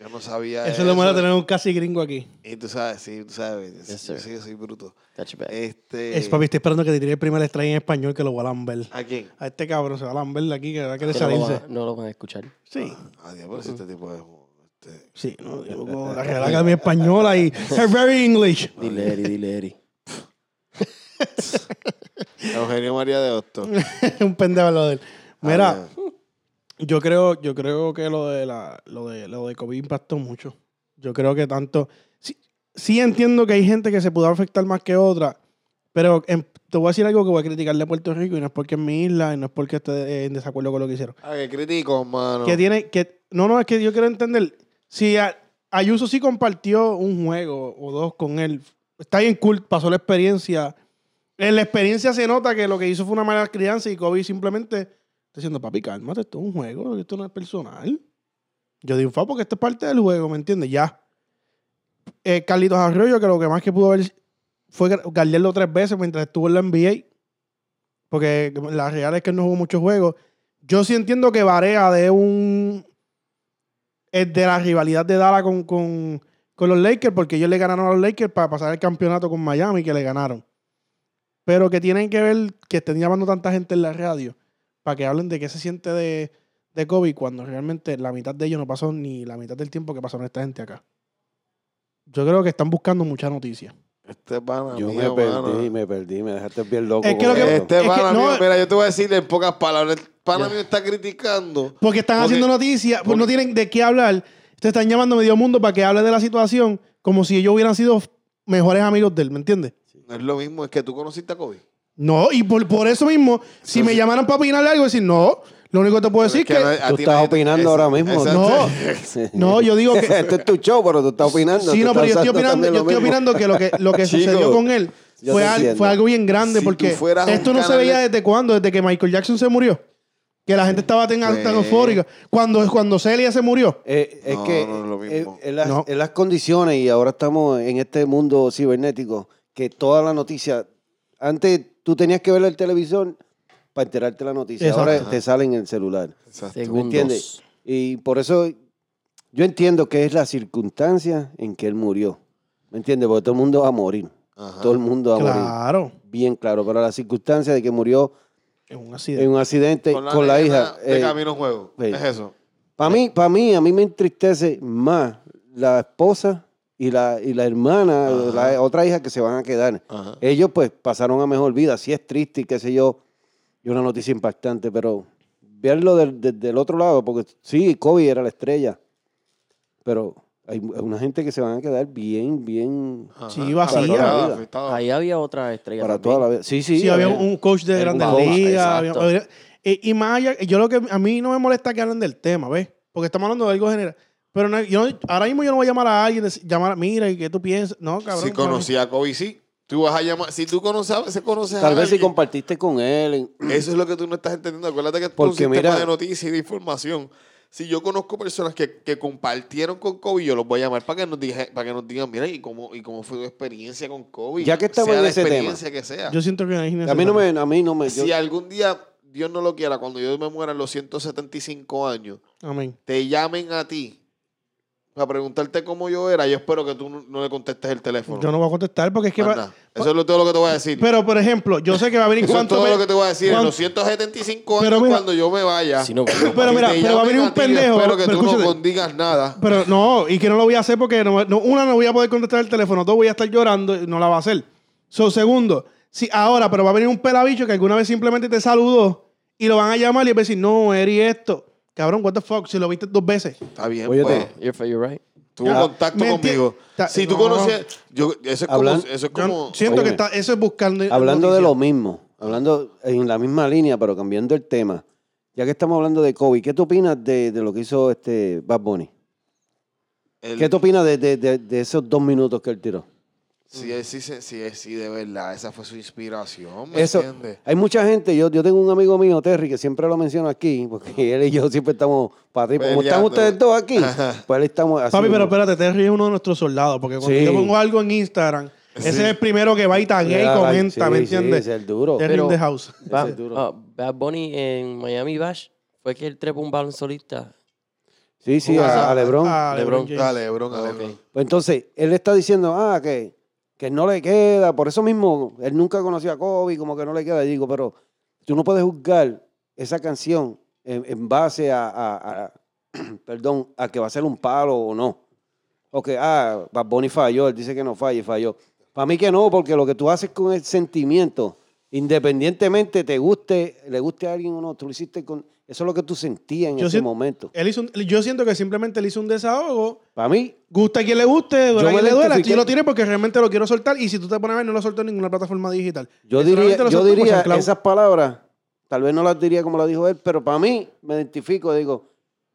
yo no sabía
Eso es lo malo de tener un casi gringo aquí.
Y tú sabes, sí, tú sabes.
Yes,
yo
sir.
sí que soy bruto.
That's your bad.
Este...
Es papi, estoy esperando que te tire el primer strike en español que lo va a lamber.
¿A quién?
A este cabrón se va a lamber de aquí que va a querer
Que No, lo van
salirse.
a- no lo van a escuchar.
Sí,
A diablo, si este tipo es... este,
sí. No, yo con la Real Academia Española y her very English.
Dile Eri, dile Eri.
Eugenio María de Hostos.
un pendejo lo de él.
Ah,
Mira, yo creo, yo creo que lo de la, lo de, lo de Kobe impactó mucho. Yo creo que tanto. Si, sí entiendo que hay gente que se pudo afectar más que otra, pero em, te voy a decir algo que voy a criticarle a Puerto Rico y no es porque es mi isla y no es porque esté eh, en desacuerdo con lo que hicieron.
Ah, que critico, mano.
Que tiene que no no es que yo quiero entender si a- Ayuso sí compartió un juego o dos con él. Está bien cool, pasó la experiencia. En la experiencia se nota que lo que hizo fue una mala crianza y Kobe simplemente está diciendo, papi, cálmate, esto es un juego, esto no es personal. Yo digo, fa, porque esto es parte del juego, ¿me entiendes? Ya. Eh, Carlitos Arroyo, que lo que más que pudo ver fue gar- guardiarlo tres veces mientras estuvo en la NBA. Porque la realidad es que él no jugó muchos juegos. Yo sí entiendo que Varea de un. es de la rivalidad de Dallas con, con, con los Lakers, porque ellos le ganaron a los Lakers para pasar el campeonato con Miami, que le ganaron. Pero que tienen que ver que estén llamando tanta gente en la radio para que hablen de qué se siente de, de Kobe cuando realmente la mitad de ellos no pasó ni la mitad del tiempo que pasaron esta gente acá. Yo creo que están buscando mucha noticia.
Este pana
Yo
mío,
me perdí,
mano.
me perdí, me dejaste bien loco.
Es que
con
lo que-
esto.
Este
Es que
pana
no-
mío, mira, yo te voy a decir en pocas palabras. El pana
Ya.
mío está criticando.
Porque están
Porque-
haciendo noticias, pues no
porque-
tienen de qué hablar. Te están llamando a medio mundo para que hable de la situación como si ellos hubieran sido f- mejores amigos de él, ¿me entiendes?
No es lo mismo, es que tú conociste a Kobe.
Pues No, y por, por eso mismo, si me llamaran para opinarle algo, decir, no, lo único que te puedo decir es que...
a- a
Tú
ti
estás
nadie-
opinando
esa-
ahora mismo.
esa-
No. No, yo digo que...
este es tu show, pero tú estás opinando.
Sí,
tú
no, pero
estás
yo estoy
usando
opinando, yo
también lo
estoy
mismo.
opinando que lo que, lo que
Chico,
sucedió con él
yo
fue,
te
al-
entiendo.
fue algo bien grande
Si
porque
tú fueras un
esto no se
canal
veía
de-
desde cuándo, desde que Michael Jackson se murió. Que la gente estaba tan, tan
Sí.
eufórica. Cuando, cuando Celia se murió,
Eh, es
No,
que
no es lo
eh,
mismo.
en, las,
No.
en las condiciones, y ahora estamos en este mundo cibernético, que toda la noticia, antes tú tenías que ver el televisor para enterarte la noticia, ahora
Exacto.
te sale en el celular.
Exacto.
¿Me entiendes?
Segundos.
Y por eso yo entiendo que es la circunstancia en que él murió. ¿Me entiendes? Porque todo el mundo va a morir.
Ajá.
Todo el mundo va a morir.
claro,
Bien claro. Pero la circunstancia de que murió
es un
en
accidente.
un accidente con la, hija.
nena De
eh,
camino a un juego.
sí.
Es eso.
para mí, para mí, a mí me entristece más la esposa y la, y la hermana, o
Ajá.
la otra hija que se van a quedar.
Ajá.
Ellos pues pasaron a mejor vida, sí es triste y qué sé yo, y una noticia impactante, pero verlo del- desde el otro lado, porque sí, Kobe era la estrella, pero hay una gente que se van a quedar bien, bien
Ajá.
Sí, vacía.
Afectado,
Sí.
afectado.
Ahí había otra estrella.
para
también.
toda la vida. Sí, sí. eh,
Sí, había
obviamente.
un coach de
el
grandes
coach,
ligas. había-
exacto.
había- eh, y, y más allá, yo lo que a mí no me molesta que hablen del tema, ¿ves? Porque estamos hablando de algo general. Pero no- yo, no- ahora mismo yo no voy a llamar a alguien, decir- llamar, mira, ¿y qué tú piensas? No, cabrón. para
si
mí-
conocía a Kobe, sí. Tú vas a llamar. Si tú conoces, se conoces
Tal
a
vez si
alguien,
compartiste con él. en-
Eso es lo que tú no estás entendiendo. Acuérdate que esto es
Porque
un sistema
mira-
de noticias y de información. Si yo conozco personas que, que compartieron con Kobe, yo los voy a llamar para que nos, dije- para que nos digan, mira, ¿y cómo, ¿y cómo fue tu experiencia con Kobe?
Ya que estamos
sea
en
la
ese tema.
experiencia que sea.
Yo siento que es
A mí no me... A mí no me yo-
si algún día, Dios no lo quiera, cuando yo me muera a los 175 años,
Amén.
te llamen a ti para preguntarte cómo yo era, yo espero que tú no- no le contestes el teléfono.
Yo no voy a contestar porque es que... va-
Anda, Eso es lo- todo lo que te voy a decir.
Pero, por ejemplo, yo sé que va a venir
Eso es
cuánto...
todo
pe-
lo que te voy a decir. En
cuán-
los 175
Pero
años,
mira-
cuando yo me vaya.
Si no, bueno,
Pero
si
mira,
te
pero va a
llamen
venir un
a ti,
pendejo,
Espero que
pero
tú no
escúchate.
condigas nada.
Pero no, y que no lo voy a hacer porque no- no- una no voy a poder contestar el teléfono, dos voy a estar llorando y no la va a hacer. So, segundo, si ahora, pero va a venir un pelabicho que alguna vez simplemente te saludó y lo van a llamar y va a decir, no, Eri, esto. Cabrón, what the fuck, si lo viste dos veces.
Está bien,
Oye,
pues.
you're, you're right.
Tuvo
Ah,
contacto
me enti-
conmigo.
Ta-
Si tú
no.
conoces. Yo, eso es como.
Hablan-
Eso es
Yo
como
siento
Óyeme.
que está, eso es buscando.
Hablando de lo
noticias.
mismo, hablando en la misma línea, pero cambiando el tema. Ya que estamos hablando de Kobe, ¿qué tú opinas de, de lo que hizo este Bad Bunny?
el-
¿Qué tú opinas de, de- de- de esos dos minutos que él tiró?
si, es, si, se- si, es, si de verdad esa fue su inspiración. ¿Me
Eso,
entiendes?
hay mucha gente, yo, yo tengo un amigo mío, Terry, que siempre lo menciono aquí, porque él y yo siempre estamos para ti. Como están
Peleando.
ustedes dos aquí, pues él estamos así.
Papi, pero espérate, Terry es uno de nuestros soldados, porque cuando
Sí.
yo pongo algo en Instagram, ese es el primero que va y taguea
Ya,
y comenta,
sí,
¿me
sí,
entiendes?
ese es el duro.
Terry
Pero-
in the house.
Ese
Ba-
es duro.
ah, Bad Bunny en Miami Bash fue que él trepa un balón solista.
Sí, sí, a, a LeBron.
A Ah, LeBron.
LeBron.
James.
Dale, bro. dale,
Ah, ok.
bro.
Pues entonces, él está diciendo, ah, que, que no le queda. Por eso mismo, él nunca conoció a Kobe, como que no le queda. Y digo, pero tú no puedes juzgar esa canción en, en base a, a- a- perdón, a que va a ser un palo o no. O que, ah, Bad Bunny falló, él dice que no falle, falló. Para mí que no, porque lo que tú haces con el sentimiento, independientemente te guste, le guste a alguien o no, tú lo hiciste con Eso es lo que tú sentías en
Yo
ese
siento-
momento.
Él hizo un- yo siento que simplemente le hizo un desahogo.
Para mí,
Gusta a quien le guste, duele a
me
quien le duela.
identifiqué-
Yo lo tiré porque realmente lo quiero soltar. Y si tú te pones a ver, no lo soltó en ninguna plataforma digital.
yo
Él
diría,
solamente lo
yo
soltó por
diría
SoundCloud.
esas palabras, tal vez no las diría como las dijo él, pero para mí me identifico, digo,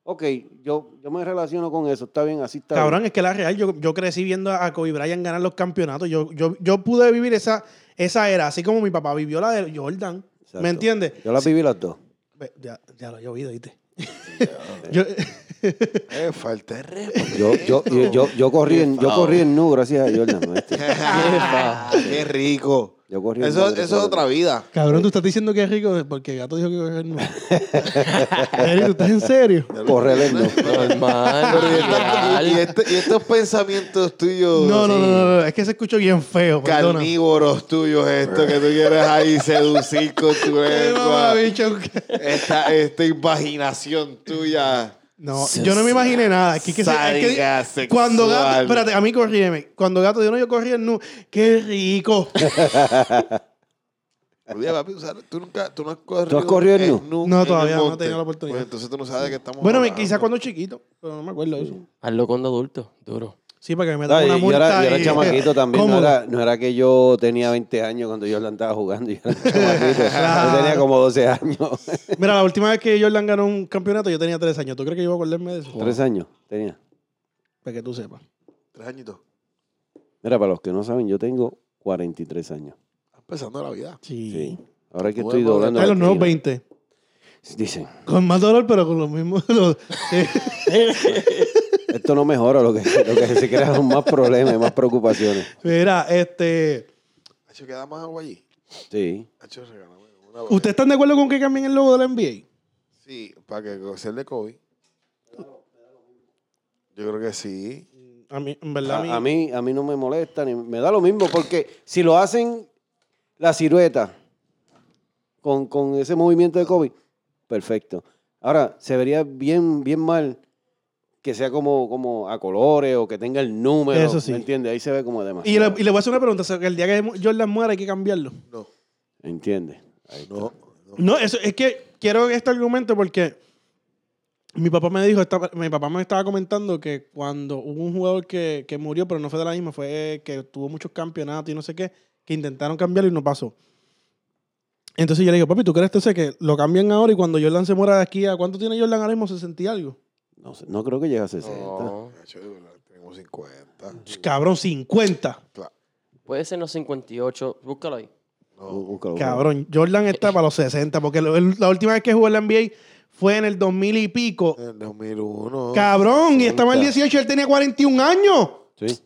ok, yo, yo me relaciono con eso, está bien, así está. bien.
Cabrón, es que la real, yo, yo crecí viendo a Kobe Bryant ganar los campeonatos. Yo, yo, yo pude vivir esa, esa era, así como mi papá vivió la de Jordan.
Exacto.
¿Me entiendes?
Yo las viví las dos.
Ve, Ya, ya lo he oído, ¿viste? Yo-
Eh, falta de respeto.
Yo, yo, yo, yo, yo corrí, en, yo corrí en nu, gracias a Jordan. ¿no? Este,
Qué rico.
Yo corrí en
Eso,
nu,
eso es otra vida.
cabrón, tú estás diciendo que es rico porque Gato dijo que es nuevo. ¿Tú estás en serio?
Correr en nu.
Normal,
Pero y, esta- y- y
normal.
este- y estos pensamientos tuyos
No, no, no, no, no, es que se escuchó bien feo. Perdona.
carnívoros tuyos, esto que tú quieres ahí seducir con tu
Eh,
lengua.
mamá, bicho.
Esta, esta imaginación tuya.
No, yo no me imaginé nada. Es que, es que se- es que-
Sádica, sexual.
cuando gato, espérate, a mí corríeme. Cuando gato dijo, no, yo corrí en nu. Qué rico.
Oye, papi, o sea, tú nunca tú no has corrido.
has corrido en nu?
No,
el
todavía no he
monte.
tenido la oportunidad.
Pues entonces tú no sabes de qué estamos
bueno, me-
hablando.
quizás cuando chiquito, pero no me acuerdo de eso.
Hazlo cuando adulto, duro.
Sí, para que me
No,
metan
y
una
yo
multa.
era, yo era
y-
chamaquito también. No
cómodo.
era, no era que yo tenía 20 años cuando Jordan estaba jugando. Yo, era chamaquito. Yo tenía como 12 años.
Mira, la última vez que Jordan ganó un campeonato, yo tenía tres años. ¿Tú crees que yo voy a acordarme de eso?
Tres años tenía.
Para que tú sepas.
Tres añitos.
Mira, para los que no saben, yo tengo 43 años.
Empezando la vida.
Sí.
Sí. Ahora es que
Bueno,
estoy doblando.
Hay los nuevos
esquina.
20.
Dicen,
Con más dolor, pero con los mismos. los- sí.
esto no mejora, lo que, lo que se crea son más problemas y más preocupaciones.
Mira, este.
Hacho, queda más agua allí.
Sí.
Hacho, regálame una
¿Ustedes están de acuerdo con que cambien el logo de la NBA?
Sí, para que sea el de COVID. Yo creo que sí.
A mí, en verdad,
A, a mí, a mí no me molesta, ni me da lo mismo, porque si lo hacen la silueta con, con ese movimiento de COVID, perfecto. Ahora, se vería bien, bien mal que sea como, como a colores o que tenga el número.
Eso sí.
¿Me entiendes? Ahí se ve como demás.
Y le, y le voy a hacer una pregunta. o sea, que el día que Jordan muera hay que cambiarlo.
No.
¿Entiendes? Ahí está.
No.
No, eso es que quiero este argumento porque mi papá me dijo, esta- mi papá me estaba comentando que cuando hubo un jugador que, que murió, pero no fue de la misma, fue que tuvo muchos campeonatos y no sé qué, que intentaron cambiarlo y no pasó. Entonces yo le digo, papi, ¿tú crees que, que lo cambian ahora y cuando Jordan se muera de aquí a cuánto tiene Jordan ahora mismo? ¿Se sentía algo?
No, sé, no creo que llegue a 60.
No.
Hacho, tenemos 50.
Cabrón, 50.
Claro.
Puede ser los 58, búscalo ahí.
No.
Bú- búscalo, búscalo.
Cabrón, Jordan está para los 60, porque lo- el- la última vez que jugó en la NBA fue en el 2000 y pico.
En el 2001.
Cabrón, y estaba el
Nunca.
18, él tenía 41 años.
Sí.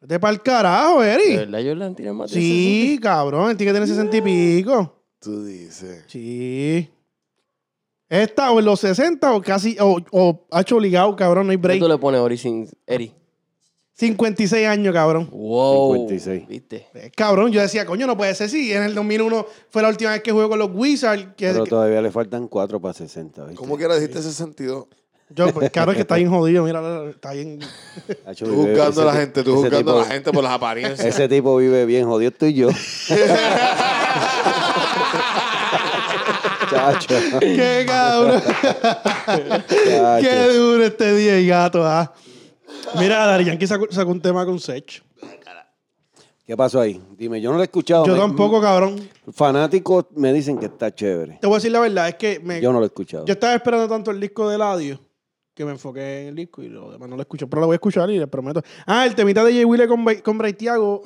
Vete para el carajo,
¿De
Eri.
verdad Jordan tira más de
Sí, cabrón, él tiene que tener 60 y pico.
Tú dices.
Sí. Está o en los 60 o casi, o, o ha hecho obligado, cabrón, no hay
60? ¿Qué tú
break.
le pones Ori sin Eri?
56 años, cabrón.
Wow.
56.
¿Viste?
Eh, Cabrón, yo decía, coño, no puede ser. Sí, en el 2001 fue la última vez que jugué con los Wizards. que-
Pero
que-
todavía le faltan 4 para 60. ¿viste?
¿Cómo que era dijiste 62?
yo, pues, cabrón, es que está bien jodido, mira, está bien.
Hacho,
Tú
vive-
juzgando a la
ese ti-
gente, tú
ese
juzgando a
tipo-
la gente por las apariencias.
Ese tipo vive bien jodido, estoy yo. Chacho,
¡Qué cabrón! ¡Qué
chacho.
duro este día y gato! ah. Mira, Dari Yankee sacó, sacó un tema con Sech.
¿Qué pasó ahí? Dime, yo no lo he escuchado.
Yo
Me-
tampoco, cabrón.
Fanáticos me dicen que está chévere.
Te voy a decir la verdad, es que
Eh,
me-
Yo
yo,
no lo he escuchado.
estaba esperando tanto el disco de Ladio que me enfoqué en el disco y lo demás no lo escuché, pero lo voy a escuchar y les prometo. Ah, el temita de Jay Wheeler con, Ba- con Bray Thiago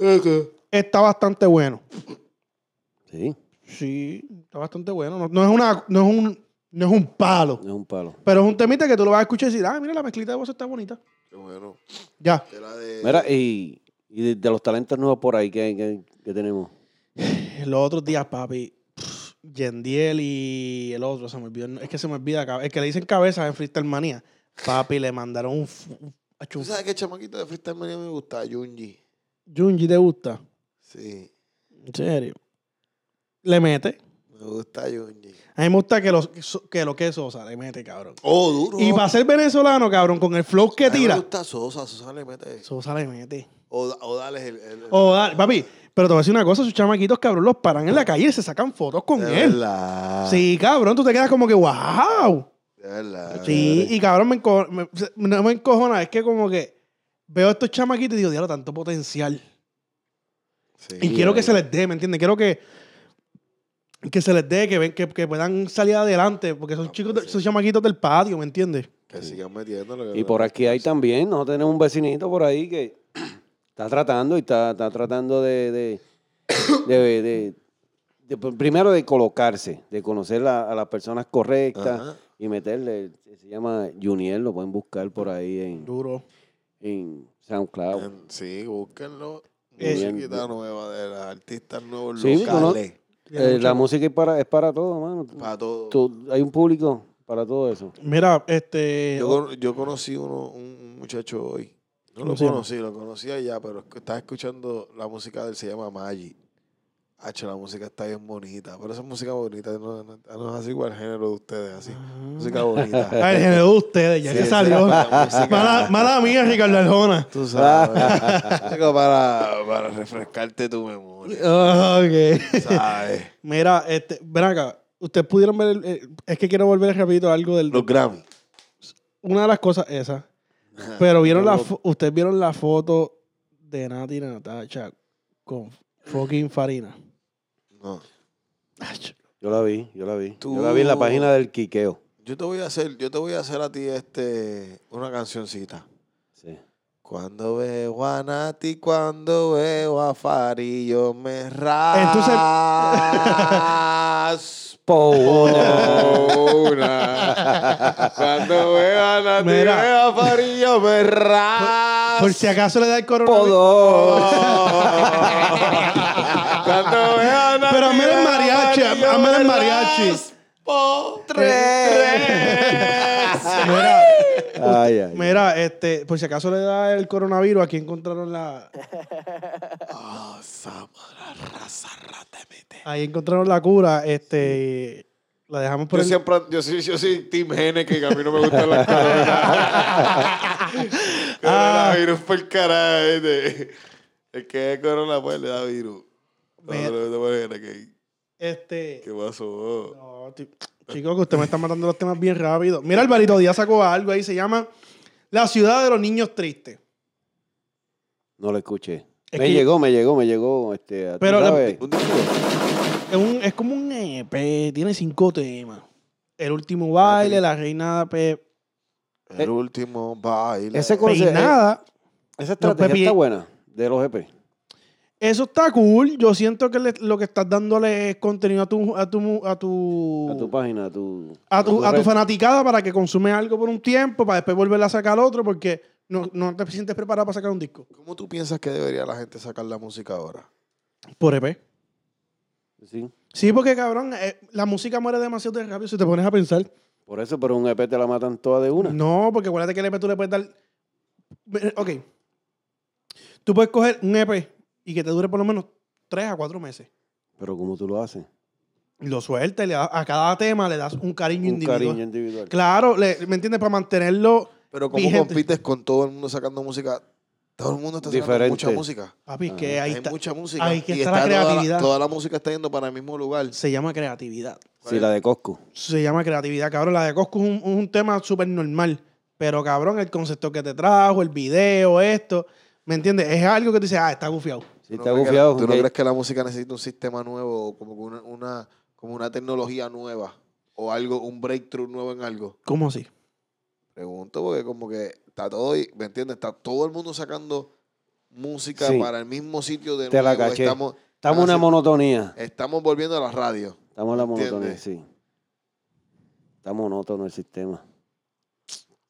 está bastante bueno.
Sí,
Sí, está bastante bueno. No, no es, una, no, es un, no es un palo,
es un palo.
pero es un temita que tú lo vas a escuchar y decir, ah, mira, la mezclita de voz está bonita.
Qué bueno.
Ya.
Era de.
Mira, y, y de, de los talentos nuevos por ahí que, tenemos.
Los otros días, papi, pff, Yendiel y el otro, se me olvidó. el- Es que se me olvida. cab- El que le dicen cabeza en Freestyle Manía. Papi, le mandaron un... fu- un- acho,
¿Tú sabes qué chamaquito de Freestyle Mania me gusta? Junji.
Junji, ¿te gusta?
Sí.
En serio. Le mete.
Me gusta Junji.
A mí me gusta que lo que, so- que, lo que es Sosa le mete, cabrón.
Oh, duro.
Y para ser venezolano, cabrón, con el flow que
A mí Me
tira,
gusta Sosa. Sosa le mete.
Sosa le mete.
O, o dale el. el- el-
O dale, papi, Pero te voy a decir una cosa, sus chamaquitos, cabrón, los paran en la calle y se sacan fotos con
De
él.
verdad.
Sí, cabrón, tú te quedas como que, wow.
De verdad.
Sí, y cabrón, me, enco- me- no me encojona, es que como que veo a estos chamaquitos y digo, diablo, tanto potencial.
Sí.
Y quiero que se les dé, ¿me entiendes? Quiero que, que se les dé, que, ven- que, que puedan salir adelante, porque son
Ah,
chicos,
pues
de-
sí.
son chamaquitos del patio, ¿me entiendes?
Que sigan metiéndolo.
Y por aquí hay también, nosotros tenemos un vecinito por ahí que está tratando y está, está tratando de, de- de- de- de- pues, primero de colocarse, de conocer la- a las personas correctas
Ajá.
y meterle, se llama Juniel, lo pueden buscar por ahí en,
Duro.
en SoundCloud.
En- Sí, búsquenlo.
Eh,
Musiquita nueva de los artistas nuevos
Sí,
locales.
Eh, la música es para, es para todo, mano.
Para todo.
Tú- hay un público para todo eso.
Mira, este...
Yo, con- yo conocí uno, un un muchacho hoy. No
¿Cómo
lo
se llama?
conocí, lo conocí allá, pero es que estaba escuchando la música de él, se llama Maggi. Hacho, la música está bien bonita. Pero esa es música bonita, no, no- no es así igual el género de ustedes, así. Música bonita.
Ah. Ay, Ah, el género de ustedes, ya
Sí,
que
esa
salió.
es la música.
Mala, mala mía, Ricardo Arjona.
Tú sabes. Música para, para refrescarte tu memoria.
Ah, ok.
¿Sabes?
Mira, este, ven acá. Ustedes pudieron ver, el- eh, es que quiero volver rapidito a algo del...
Los Grammy.
Una de las cosas esas. Pero vieron la
Pero-
fo- ustedes vieron la foto de Nati y Natacha con fucking Farina.
No.
Ach,
Yo la vi, yo la vi.
Tú-
Yo la vi en la página del Quiqueo.
Yo te voy a hacer, yo te voy a hacer a ti este una cancioncita.
Sí.
Cuando veo a Nati, cuando veo a Fari, yo me
Entonces-
raspo una. Cuando veo a Nati,
Mira.
veo a Fari, yo me raspo.
Por si acaso le da el coronavirus.
Cuando veo a Nati,
Pero hazme el
veo a
mariachi,
Fari, yo
hazme el
me
mariachi.
raspo. Tres.
Mira,
Ay, ay.
mira, este, por si acaso le da el coronavirus, aquí encontraron la,
Oh, Samara, raza, rata, mete.
ahí encontraron la cura, este, la dejamos por
Yo
el-
siempre, yo soy, yo soy Team Gene, que a mí no me gustan las coronas.
Ah.
Coronavirus por carajo. este. El que es corona, pues le da virus. No,
Mira.
no, no, no, no, ¿Qué,
este,
qué pasó?
No, ti- chicos, que usted me está matando los temas bien rápido. Mira, Alvarito Díaz sacó algo ahí, se llama La ciudad de los niños tristes.
No lo escuché.
Es
me
que-
llegó, me llegó, me llegó. Este, ¿tú
Pero la-
sabes?
Un disco.
Es, un- es como un EP, tiene cinco temas. El último baile,
Ok.
la reina pe, Eh.
El último baile.
Ese con- Entonces,
peinada.
eh, Esa estrategia
Pepi-
está buena de los E GP.
Eso está cool. Yo siento que le- lo que estás dándole es contenido a tu a tu mu- a tu
A tu página, a tu.
Uh.
E
a tu, a tu
red.
fanaticada para que consume algo por un tiempo para después volver a sacar otro porque no, no te sientes preparado para sacar un disco.
¿Cómo tú piensas que debería la gente sacar la música ahora?
Por EP.
Sí.
Sí, porque cabrón, eh, la música muere demasiado de rápido si te pones a pensar.
Por eso, pero un EP te la matan toda de una.
No, porque acuérdate que el EP tú le puedes dar. Ve- Ok. Tú puedes coger un EP y que te dure por lo menos 3 a 4 meses.
Pero como tú lo haces.
Y Lo sueltas y le das- a cada tema le das un cariño
Un
individual.
cariño individual.
Claro, le- ¿me entiendes? Para mantenerlo.
Pero ¿cómo
Vigente.
compites con todo el mundo sacando música? Todo el mundo está sacando
Diferente.
mucha música.
Papi, es
Ajá.
que ahí
Hay
está.
mucha música.
ahí que
y
está la
toda
creatividad.
Toda la música está yendo para el mismo lugar.
Se llama creatividad.
Sí, la de Costco.
Se llama creatividad, cabrón. La de Cosco es un, un tema súper normal. Pero, cabrón, el concepto que te trajo, el video, esto. ¿Me entiendes? Es algo que tú dices, ah, está gufiado.
¿Tú
Sí, está
no crees que la-
gufiado.
¿Tú no
que-
crees que la música necesita un sistema nuevo o como que una, una- como una tecnología nueva o algo, un breakthrough nuevo en algo?
¿Cómo así?
Pregunto porque como que está todo, y- ¿me entiendes? Está todo el mundo sacando música
Sí.
para el mismo sitio de
Te la
nuevo.
caché.
Estamos,
Estamos en una
hace-
monotonía.
estamos volviendo a la radio.
Estamos en la monotonía,
Eh, ¿Entiendes?
sí. Está monótono el sistema.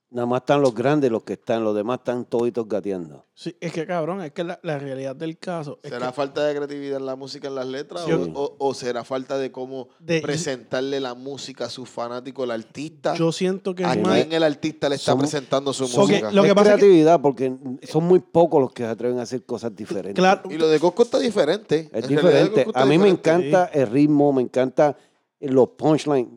Nada más están los grandes los que están, los demás están toditos gateando.
Sí, es que, cabrón, es que la, la realidad del caso. es
¿Será
que-
falta de creatividad en la música, en las letras?
Yo-
o, o- o será falta de cómo
De-
presentarle la música a su fanático, el artista?
yo siento que
¿A
es
Aquí
más.
quién el artista le está
Somos-
presentando su
Ok,
música?
Lo que
es
pasa es que-
creatividad porque son muy pocos los que se atreven a hacer cosas diferentes.
Claro,
Y lo de Cosco está diferente. En
Es
realidad, lo de
diferente.
Cosco está
A mí me
diferente.
encanta el ritmo, me encanta los punchlines.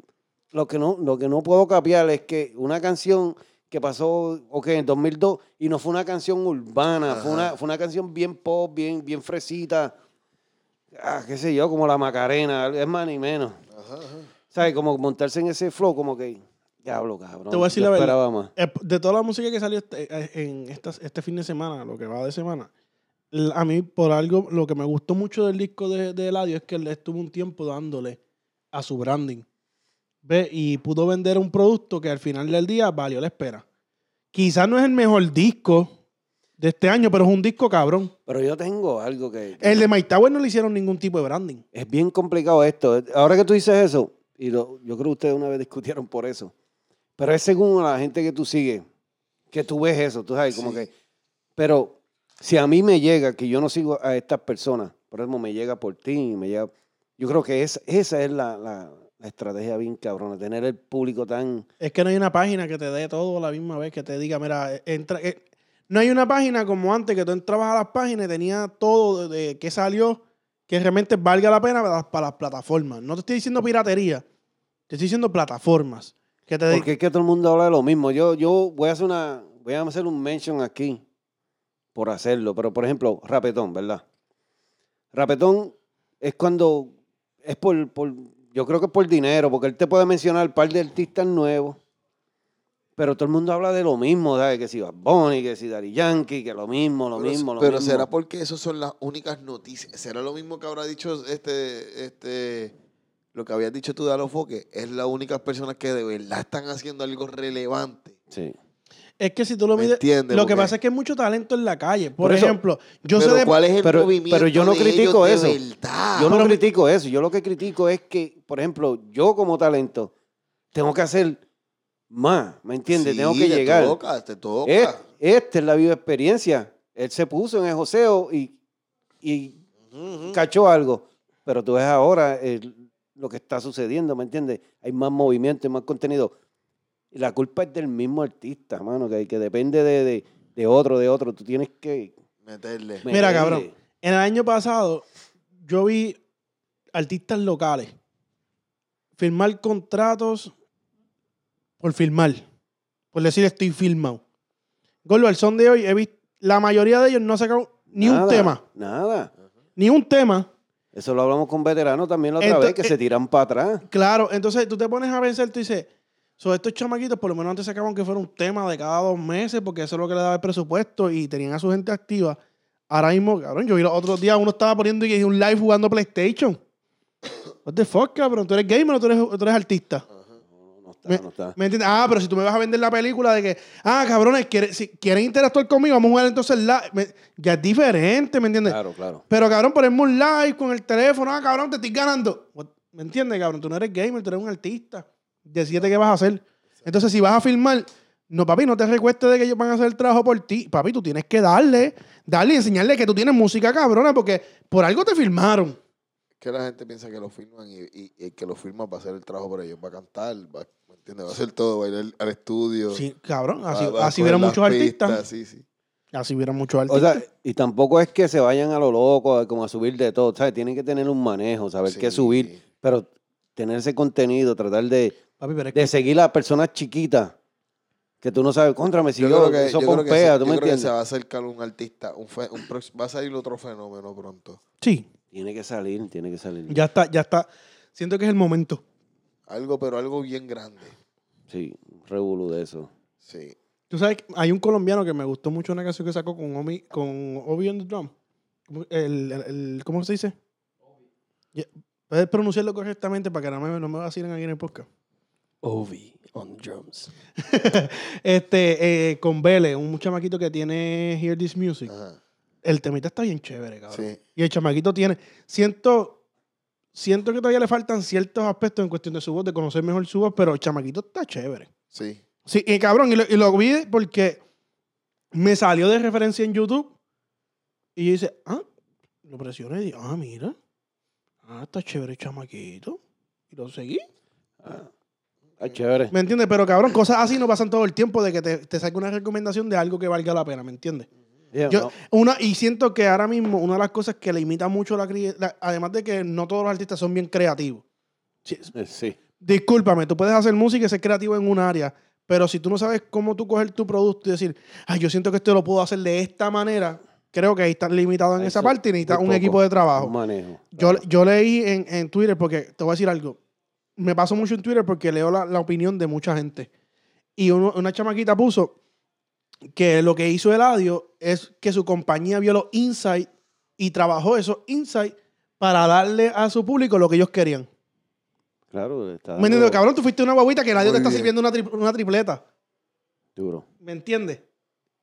Lo que no, lo que no puedo capiar es que una canción que pasó, ok, en 2002, y no fue una canción urbana, fue una, fue una canción bien pop, bien, bien fresita. ah, qué sé yo, como la Macarena, es más ni menos. ¿Sabes? Como montarse en ese flow, como que, diablo, cabrón.
Te voy a decir
yo
la verdad.
esperaba más.
Eh, De toda la música que salió este, eh, en estas- este fin de semana, lo que va de semana, l- a mí por algo, lo que me gustó mucho del disco de, de Eladio es que él estuvo un tiempo dándole a su branding. ¿Ve? Y pudo vender un producto que al final del día valió la espera. Quizás no es el mejor disco de este año, pero es un disco cabrón.
Pero yo tengo algo que...
El de Mike Tower no le hicieron ningún tipo de branding.
Es bien complicado esto. Ahora que tú dices eso, y lo- yo creo que ustedes una vez discutieron por eso, pero es según la gente que tú sigues, que tú ves eso, tú sabes, como que... Pero si a mí me llega, que yo no sigo a estas personas, por ejemplo, me llega por ti, me llega... Yo creo que es, esa es la, la- la estrategia bien cabrona, tener el público tan...
Es que no hay una página que te dé todo a la misma vez, que te diga, mira, eh, entra. eh, no hay una página como antes que tú entrabas a las páginas y tenía todo de, de qué salió que realmente valga la pena para, las- para las plataformas. No te estoy diciendo piratería, te estoy diciendo plataformas. Que te de-
Porque es que todo el mundo habla de lo mismo. Yo, yo voy a hacer una, voy a hacer un mention aquí por hacerlo. Pero, por ejemplo, Rapetón, ¿verdad? Rapetón es cuando es por, por- yo creo que es por dinero, porque él te puede mencionar un par de artistas nuevos. Pero todo el mundo habla de lo mismo, ¿sabes? Que si Bad Bunny, que si Daddy Yankee, que lo mismo, lo
pero,
mismo, lo
pero
mismo.
será porque esas son las únicas noticias. ¿Será lo mismo que habrá dicho este, este, lo que habías dicho tú de Alofoque? Es las únicas personas que de verdad están haciendo algo relevante.
Sí.
es que si tú lo
¿Me
mides,
entiendes?
lo que
Porque-
pasa es que hay mucho talento en la calle. Por,
Por eso-
ejemplo, yo sé
pero
de-
¿cuál es el
pero-
movimiento
pero yo no
de ellos
critico
de
eso.
verdad?
Yo no critico eso. Yo lo que critico es que, por ejemplo, yo como talento tengo que hacer más, ¿me entiendes?
Sí,
tengo que
te
llegar. Eh,
toca, te toca.
Es- esta es la viva experiencia. Él se puso en el joseo y, y cachó algo. Pero tú ves ahora el- lo que está sucediendo, ¿me entiendes? Hay más movimiento, hay más contenido. Y la culpa es del mismo artista, mano, que, que depende de, de- de otro, de otro. Tú tienes que...
Meterle.
Mira,
meterle.
cabrón. En el año pasado, yo vi artistas locales firmar contratos por firmar. Por decir, estoy firmado. Gordo, al son de hoy, he visto, la mayoría de ellos no ha sacado ni
Nada,
un tema.
Nada.
Ni un tema.
Eso lo hablamos con veteranos también la otra
Ento-
vez, que
eh,
se tiran para atrás.
Claro, entonces tú te pones a pensar, tú dices, sobre estos chamaquitos, por lo menos antes sacaban que fuera un tema de cada dos meses, porque eso es lo que le daba el presupuesto y tenían a su gente activa. Ahora mismo, cabrón, yo vi los otros días, uno estaba poniendo y un live jugando PlayStation. What the fuck, cabrón, tú eres gamer o tú eres, o tú eres artista.
No está,
Me,
no está.
¿me entiendes? Ah, pero si tú me vas a vender la película de que, ah, cabrones, quiere- si quieren interactuar conmigo, vamos a jugar entonces live. Me- ya es diferente, ¿me entiendes?
Claro, claro.
Pero cabrón, ponemos un live con el teléfono. Ah, cabrón, te estoy ganando. What- ¿Me entiendes, cabrón? Tú no eres gamer, tú eres un artista. Decídete qué vas a hacer. Entonces, si vas a filmar, no, papi, no te recuestes de que ellos van a hacer el trabajo por ti. Papi, tú tienes que darle, darle y enseñarle que tú tienes música cabrona, porque por algo te filmaron.
que la gente piensa que lo firman y, y- y el que lo firma va a hacer el trabajo por ellos, va a cantar, va, ¿me entiendes? va a hacer todo, va a ir al, al estudio.
Sí, cabrón, así,
va- va a
así hubieran
coger
muchos
las pistas,
artistas.
Sí, sí.
Así hubieran muchos
O
artistas.
sea, y tampoco es que se vayan a lo loco, a- como a subir de todo, ¿sabes? Tienen que tener un manejo, saber qué
Sí.
subir, pero tener ese contenido, tratar de,
papi, pero es que
de seguir a personas chiquitas que tú no sabes, contra me siguió, eso
que
pompea,
se-
¿tú
yo
me
creo que
entiendes?
se va a acercar un artista, un fe- un prox- va a salir otro fenómeno pronto.
sí,
Tiene que salir, tiene que salir.
ya está, ya está. Siento que es el momento.
Algo, pero algo bien grande.
Sí, un revolú de eso.
Sí.
Tú sabes, que hay un colombiano que me gustó mucho una canción que sacó con Omi, con Obi on the Drum. ¿Cómo- El, el- el- ¿Cómo se dice? Ya, Puedes pronunciarlo correctamente para que no me, no me vacilen aquí en el podcast.
Ovi on drums.
Este, eh, con Vélez, un chamaquito que tiene Hear This Music.
Ajá.
El temita está bien chévere, cabrón.
Sí.
Y el chamaquito tiene. Siento, siento que todavía le faltan ciertos aspectos en cuestión de su voz, de conocer mejor su voz, pero el chamaquito está chévere.
Sí.
Sí, y cabrón, y lo, y lo vi porque me salió de referencia en YouTube y yo hice, ah, lo presioné y dije, ah, mira, ah, está chévere el chamaquito. Y lo seguí.
Ah, chévere.
¿Me entiendes? Pero cabrón, cosas así no pasan todo el tiempo de que te, te saque una recomendación de algo que valga la pena, ¿me entiendes?
Yeah,
Yo,
no.
una, y siento que ahora mismo una de las cosas que le imita mucho la, cri- la- además de que no todos los artistas son bien creativos. Sí,
Eh, Sí.
discúlpame, tú puedes hacer música y ser creativo en un área, pero si tú no sabes cómo tú coger tu producto y decir, ay, yo siento que esto lo puedo hacer de esta manera, creo que ahí están limitados en
Ahí
esa
son
parte y necesitan
muy
un
poco,
equipo de trabajo.
Un manejo.
Yo, yo leí en, en Twitter, porque te voy a decir algo. Me paso mucho en Twitter porque leo la, la opinión de mucha gente. Y uno- una chamaquita puso que lo que hizo Eladio es que su compañía vio los insights y trabajó esos insights para darle a su público lo que ellos querían.
Claro, está
¿Me entiendes?
dando
Cabrón, tú fuiste una guaguita que Eladio te
Muy
está
bien.
sirviendo una, tri- una tripleta.
duro.
¿Me entiendes?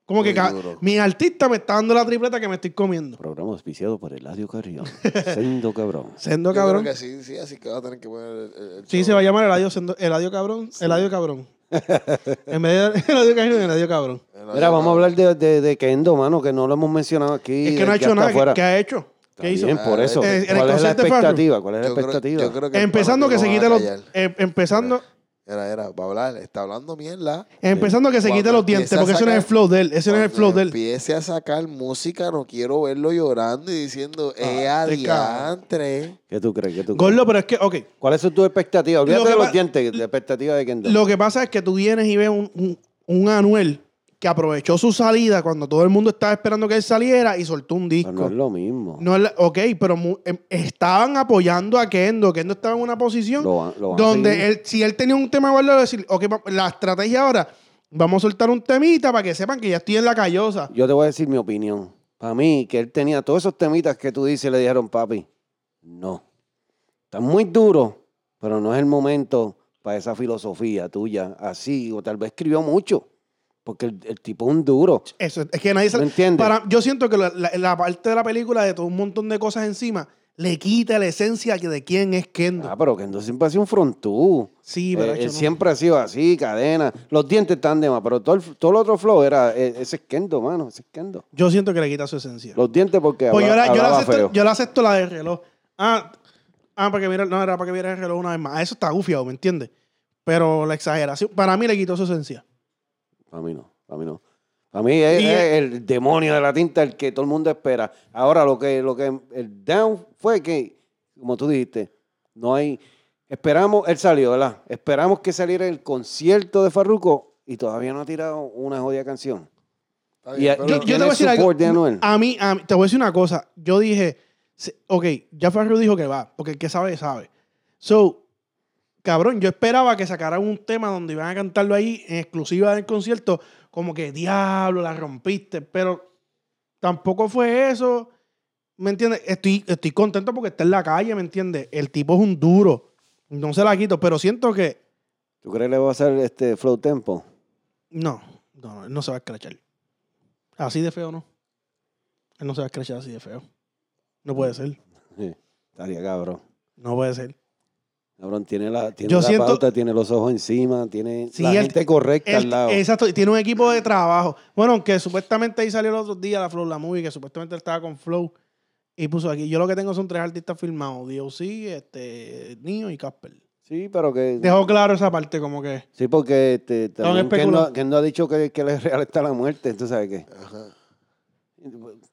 Como
Muy
que ca-
duro.
mi artista me está dando la tripleta que me estoy comiendo.
Programa auspiciado por Eladio Carrión. Sendo cabrón.
Sendo
Yo creo
cabrón.
que sí, sí, así que va a tener que poner el- el- el
Sí, se
show.
va a llamar Eladio, Sendo- Eladio Cabrón. Eladio Cabrón. en vez de Eladio Cabrón, Eladio Cabrón.
El
Mira,
año
vamos a
que-
hablar de, de, de Kendo, mano, que no lo hemos mencionado aquí.
es que no ha
del
hecho
hasta
nada. ¿Qué,
afuera.
qué ha hecho? ¿Qué hizo?
Bien, por eso.
Ah, en- en el
¿Cuál es la
concierto de Farru.
expectativa? ¿Cuál es la
Yo creo-
expectativa?
yo creo que el
Empezando
pana
que se
no
quite
va a
los...
callar.
eh, empezando...
Era, era, va a hablar, está hablando mierda.
Empezando que se
Cuando
quite los dientes,
empieza a
porque ese no es el
sacar-
flow de él. Ese no es el flow
Cuando
de él.
Empiece a sacar música, no quiero verlo llorando y diciendo, eh,
Ah, te
adiantre.
¿Qué tú crees? ¿Qué tú crees?
Gordo, pero es que, ok.
¿Cuáles son tus expectativas? Olvídate
que
de
va-
los dientes, la expectativa de Kendo.
Lo que pasa es que tú vienes y ves un, un, un Anuel que aprovechó su salida cuando todo el mundo estaba esperando que él saliera y soltó un disco.
Pero no es lo mismo.
No es la- ok, pero mu- em- estaban apoyando a Kendo. Kendo estaba en una posición
Lo van- lo van a seguir.
donde él, si él tenía un tema guardado, decir, ok, va- la estrategia ahora, vamos a soltar un temita para que sepan que ya estoy en la callosa.
Yo te voy a decir mi opinión. Para mí, que él tenía todos esos temitas que tú dices, le dijeron, papi, no. Está muy duro, pero no es el momento para esa filosofía tuya, así, o tal vez escribió mucho, porque el, el tipo es un duro.
Eso, es que nadie se
¿Me entiendes?
para Yo siento que la, la- la parte de la película de todo un montón de cosas encima le quita la esencia que- de quién es Kendo.
Ah, pero que entonces siempre ha sido un frontú.
sí,
Eh,
pero
él
hecho, no.
siempre ha sido así, cadena. Los dientes están de más, pero todo el, todo el otro flow era, eh, ese es Kendo, mano, ese es Kendo.
yo siento que le quita su esencia.
Los dientes porque
Pues yo
habla-
la, yo, la
hablaba
acepto,
feo.
yo la acepto la del reloj. Ah, ah, para que viera, no era para que viera el reloj una vez más. Ah, Eso está gufiado, ¿me entiendes? Pero la exageración, para mí le quitó su esencia.
Para mí no, para mí no. Para mí es,
Y
es
es-
el demonio de la tinta, el que todo el mundo espera. Ahora, lo que, lo que el down fue que, como tú dijiste, no hay. Esperamos, él salió, ¿verdad? Esperamos que saliera el concierto de Farruko y todavía no ha tirado una jodida canción.
Está
Y a-
pero-
Yo, yo te
¿Tiene
voy a decir algo.
support de Anuel?
A mí, a mí- te voy a decir una cosa. Yo dije, se- ok, ya Farru dijo que va, porque el que sabe, sabe. So, cabrón, yo esperaba que sacaran un tema donde iban a cantarlo ahí en exclusiva del concierto, como que diablo, la rompiste, pero tampoco fue eso. ¿Me entiendes? Estoy, estoy contento porque está en la calle, ¿me entiendes? El tipo es un duro. No se la quito, pero siento que
¿Tú crees que le va a hacer este flow tempo?
no, no, no, él no se va a escrachar. Así de feo, no. Él no se va a escrachar así de feo. No puede ser.
Estaría cabrón.
No puede ser.
Cabrón, tiene la, tiene
Yo
la
siento-
pauta, tiene los ojos encima, tiene
Sí,
la
él-
gente correcta
Él-
al lado.
exacto, y tiene un equipo de trabajo. Bueno, aunque supuestamente ahí salió el otro día la Flow, la movie, que supuestamente él estaba con Flow. Y puso aquí, yo lo que tengo son tres artistas filmados, DOC, este, Nio y Casper.
Sí, pero que.
Dejó claro esa parte como que...
Sí, porque este, también que
especulando.
no, que no ha dicho que, que le real está la muerte, ¿tú sabes qué?
Ajá.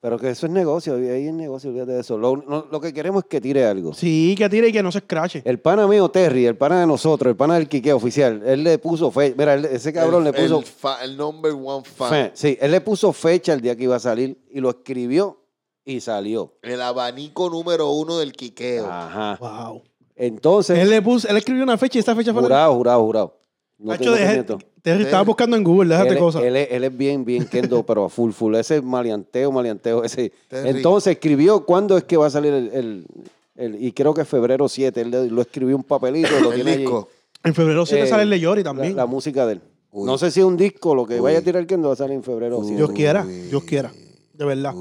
Pero que eso es negocio, y ahí es negocio, olvídate de eso. Lo, no- lo que queremos es que tire algo.
Sí, que tire y que no se escrache.
El pana mío Terry, el pana de nosotros, el pana del Quique oficial, él le puso fecha. Mira, él- ese cabrón
El-
le puso
El, fa- el number one fan.
fe- Sí, él le puso fecha el día que iba a salir y lo escribió y salió.
El abanico número uno del quiqueo.
Ajá.
Wow.
Entonces,
Él le puso, él escribió una fecha y esa fecha fue... la-
jurado, jurado, jurado. No
Hacho,
tengo
deja-
miento.
Terry, estaba
Terry.
buscando en Google, déjate
él, es-
cosas.
Él, es- él es bien, bien kendo, pero a full, full. Ese maleanteo, maleanteo. Ese.
Terry.
Entonces escribió cuándo es que va a salir el... el- el- y creo que es febrero 7. Él le- lo escribió un papelito. Lo
el
tiene allí.
disco.
En febrero 7
Eh,
sale el de Yori
la-
también.
La, música de él.
Uy.
No sé si es un disco, lo que
Uy.
vaya a tirar el kendo va a salir en febrero
Uy.
7.
Dios quiera, Dios quiera. De verdad.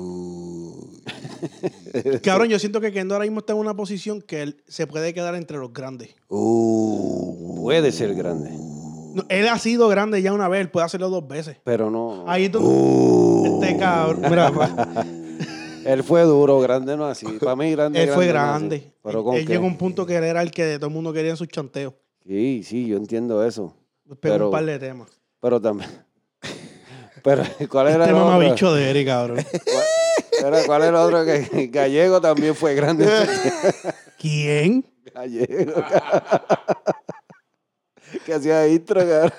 Cabrón, yo siento que Kendo ahora mismo está en una posición que él se puede quedar entre los grandes.
Uh,
Puede ser grande,
No, él ha sido grande ya una vez, él puede hacerlo dos veces.
pero no.
Ahí es donde-
Uh.
Este cabrón. Mira, pa-
Él fue duro, grande no así. Para mí grande.
él fue
no así.
grande.
Pero
Él-
con
él
qué?
llegó a un punto que él era el que todo el mundo quería en sus chanteos.
Sí, sí, yo entiendo eso.
Pegó
Pero-
un par de temas.
Pero también. Pero, ¿cuál era
Este
el otro?
mamabicho de Eric, cabrón.
¿Cuál- Era, ¿Cuál era otro que Gallego también fue grande?
¿Quién?
Gallego. cabrón. que hacía intro, cabrón.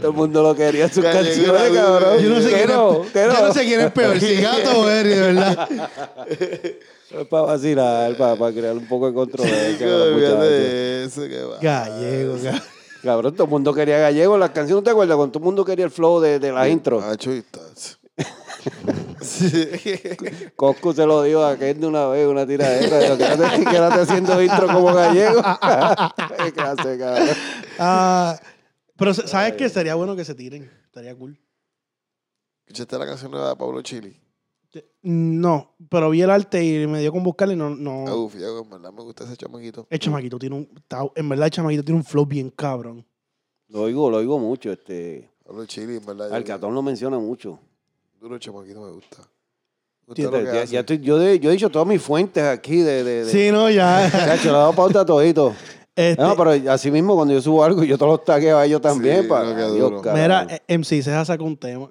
Todo el mundo lo quería en sus
Ya llegó la
canciones,
duda.
cabrón.
Yo
Yo no sé,
Que
quién,
no,
es,
que
yo
no.
no sé quién es peor, si gato o Eri, de verdad.
Es para vacilar, para, crear un poco de controversia. con los
Olvídate
muchachos.
de eso, qué va.
Gallego, gallego.
Cabrón, todo el mundo quería gallego. en Las canciones, ¿no te acuerdas? Cuando todo el mundo quería el flow de, de la intro.
Macho y estás. Sí.
Coscu se lo dijo a aquel de una vez, una tiradera. Yo, quédate, quédate haciendo intro como gallego. Qué clase, cabrón.
Ah, pero se- ¿sabes qué? Sería bueno que se tiren. Estaría cool.
¿Escuchaste la canción nueva de Pablo Chili?
No, pero vi el arte y me dio con buscarle. No,
Ah,
no.
Uf, ya, en verdad me gusta ese chamaquito.
El chamaquito tiene un. está- En verdad, el chamaquito tiene un flow bien cabrón.
Lo oigo, lo oigo mucho. Este,
Pablo Chili, en verdad. yo-
Alcatón lo menciona mucho.
Duro chamaquito me gusta. Me gusta
Ya,
lo que
ya
hace.
estoy- yo, de- yo he dicho todas mis fuentes aquí de... de, de-
Sí, no, ya.
Chacho, le he dado pauta a todito.
Este,
No, pero así mismo cuando yo subo algo, yo todos los tagueo a ellos también.
Sí,
para,
no, qué
Dios,
duro.
carajo.
mira, eh, MC Ceja sacó un tema.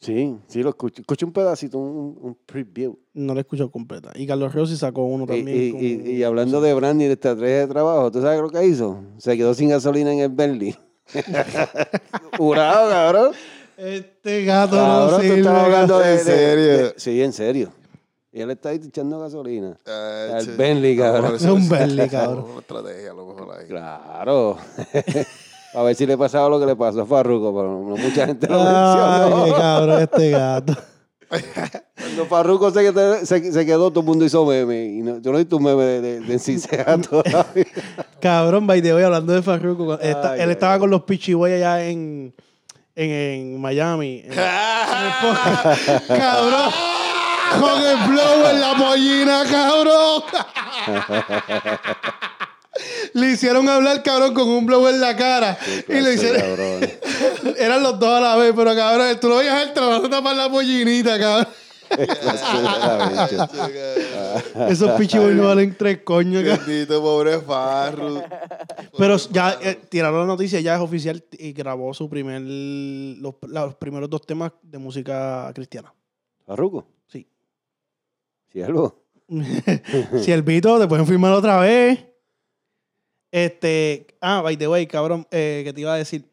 Sí, sí lo escucho. Escucho un pedacito, un, un preview.
No lo escuchó completa. Y Carlos Ríos sí sacó uno
Y,
también.
y-
con-
y- y hablando de Brandy y de estrategia de trabajo, ¿tú sabes lo que hizo? Se quedó sin gasolina en el Bentley. Jurado, cabrón.
Este gato no
Cabrón, tú
sirve.
estás hablando de...
¿En
de- de-
serio?
sí, en serio. Y él está ahí echando gasolina.
Ah,
Al
che.
Bentley,
A lo mejor
cabrón.
eso
Un
es-
Bentley,
A lo
cabrón.
mejor una estrategia, a lo mejor ahí.
Claro. a ver si le pasaba lo que le pasó a Farruko, pero no mucha gente lo mencionó.
Ay, cabrón, este gato.
Cuando Farruko se quedó, se, se quedó, todo el mundo hizo meme. Y no- yo no he visto un meme de, de, de Cincea todavía.
Cabrón, by the way, hablando de Farruko, cuando- esta-
Ay,
él
ay,
estaba
ay.
con los Pichiboy allá en, en, en Miami. En-
Ah. cabrón. Con el blow en la pollina, cabrón.
le hicieron hablar, cabrón, con un blow en la cara. y le hicieron.
Cabrón.
Eran los dos a la vez, pero cabrón, tú lo veías él tratando de tapar la pollinita, cabrón.
Clase de la bicha. Ah.
Esos Pichiboy no valen tres coños, cabrón.
Bendito, pobre Farru. Pues,
Pero ya eh, tiraron la noticia, ya es oficial y grabó su primer, los, los primeros dos temas de música cristiana.
Farruko,
Sí.
si algo.
Si el Vito, te pueden firmar otra vez. Este, ah, by the way, cabrón, eh, que te iba a decir.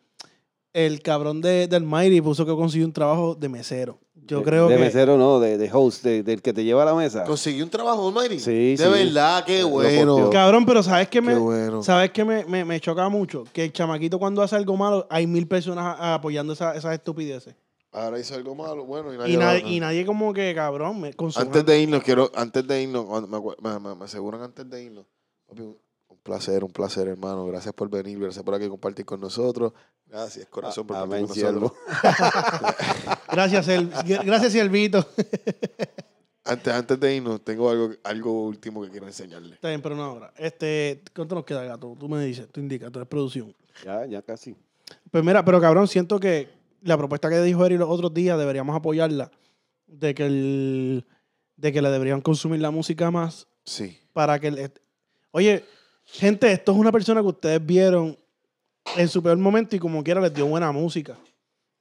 El cabrón de, del Mighty puso que consiguió un trabajo de mesero. Yo
De-
creo
de
que.
mesero no, de, de host, de- del que te lleva a la mesa.
Conseguí un trabajo, Almighty.
Sí,
De
sí.
verdad, qué
Lo
bueno.
posteó.
Cabrón, pero ¿sabes qué me,
Qué bueno.
¿sabes qué me, me, me choca mucho? Que el chamaquito cuando hace algo malo, hay mil personas a- apoyando esa- esas estupideces.
Ahora hizo algo malo, bueno, y nadie
Y,
lo
nadie-
habla.
y nadie como que, cabrón, me, con su
Antes de irnos, quiero, antes de irnos, cuando me, acuer- me- me- me aseguran antes de irnos. Papi, un un placer, un placer, hermano. Gracias por venir, gracias por aquí compartir con nosotros. Gracias, corazón, por compartir
Ah, Amén,
con
siervo.
nosotros.
Gracias, el, gracias, Silvito.
Antes, antes de irnos, tengo algo, algo último que quiero enseñarle.
Está bien, pero no ahora. Este, ¿cuánto nos queda, gato? Tú me dices, tú indicas, tú eres producción.
Ya, ya casi.
Pues mira, pero cabrón, siento que la propuesta que dijo Eri los otros días deberíamos apoyarla. De que el, de que le deberían consumir la música más
Sí.
para que el- Oye, gente, esto es una persona que ustedes vieron en su peor momento y como quiera les dio buena música.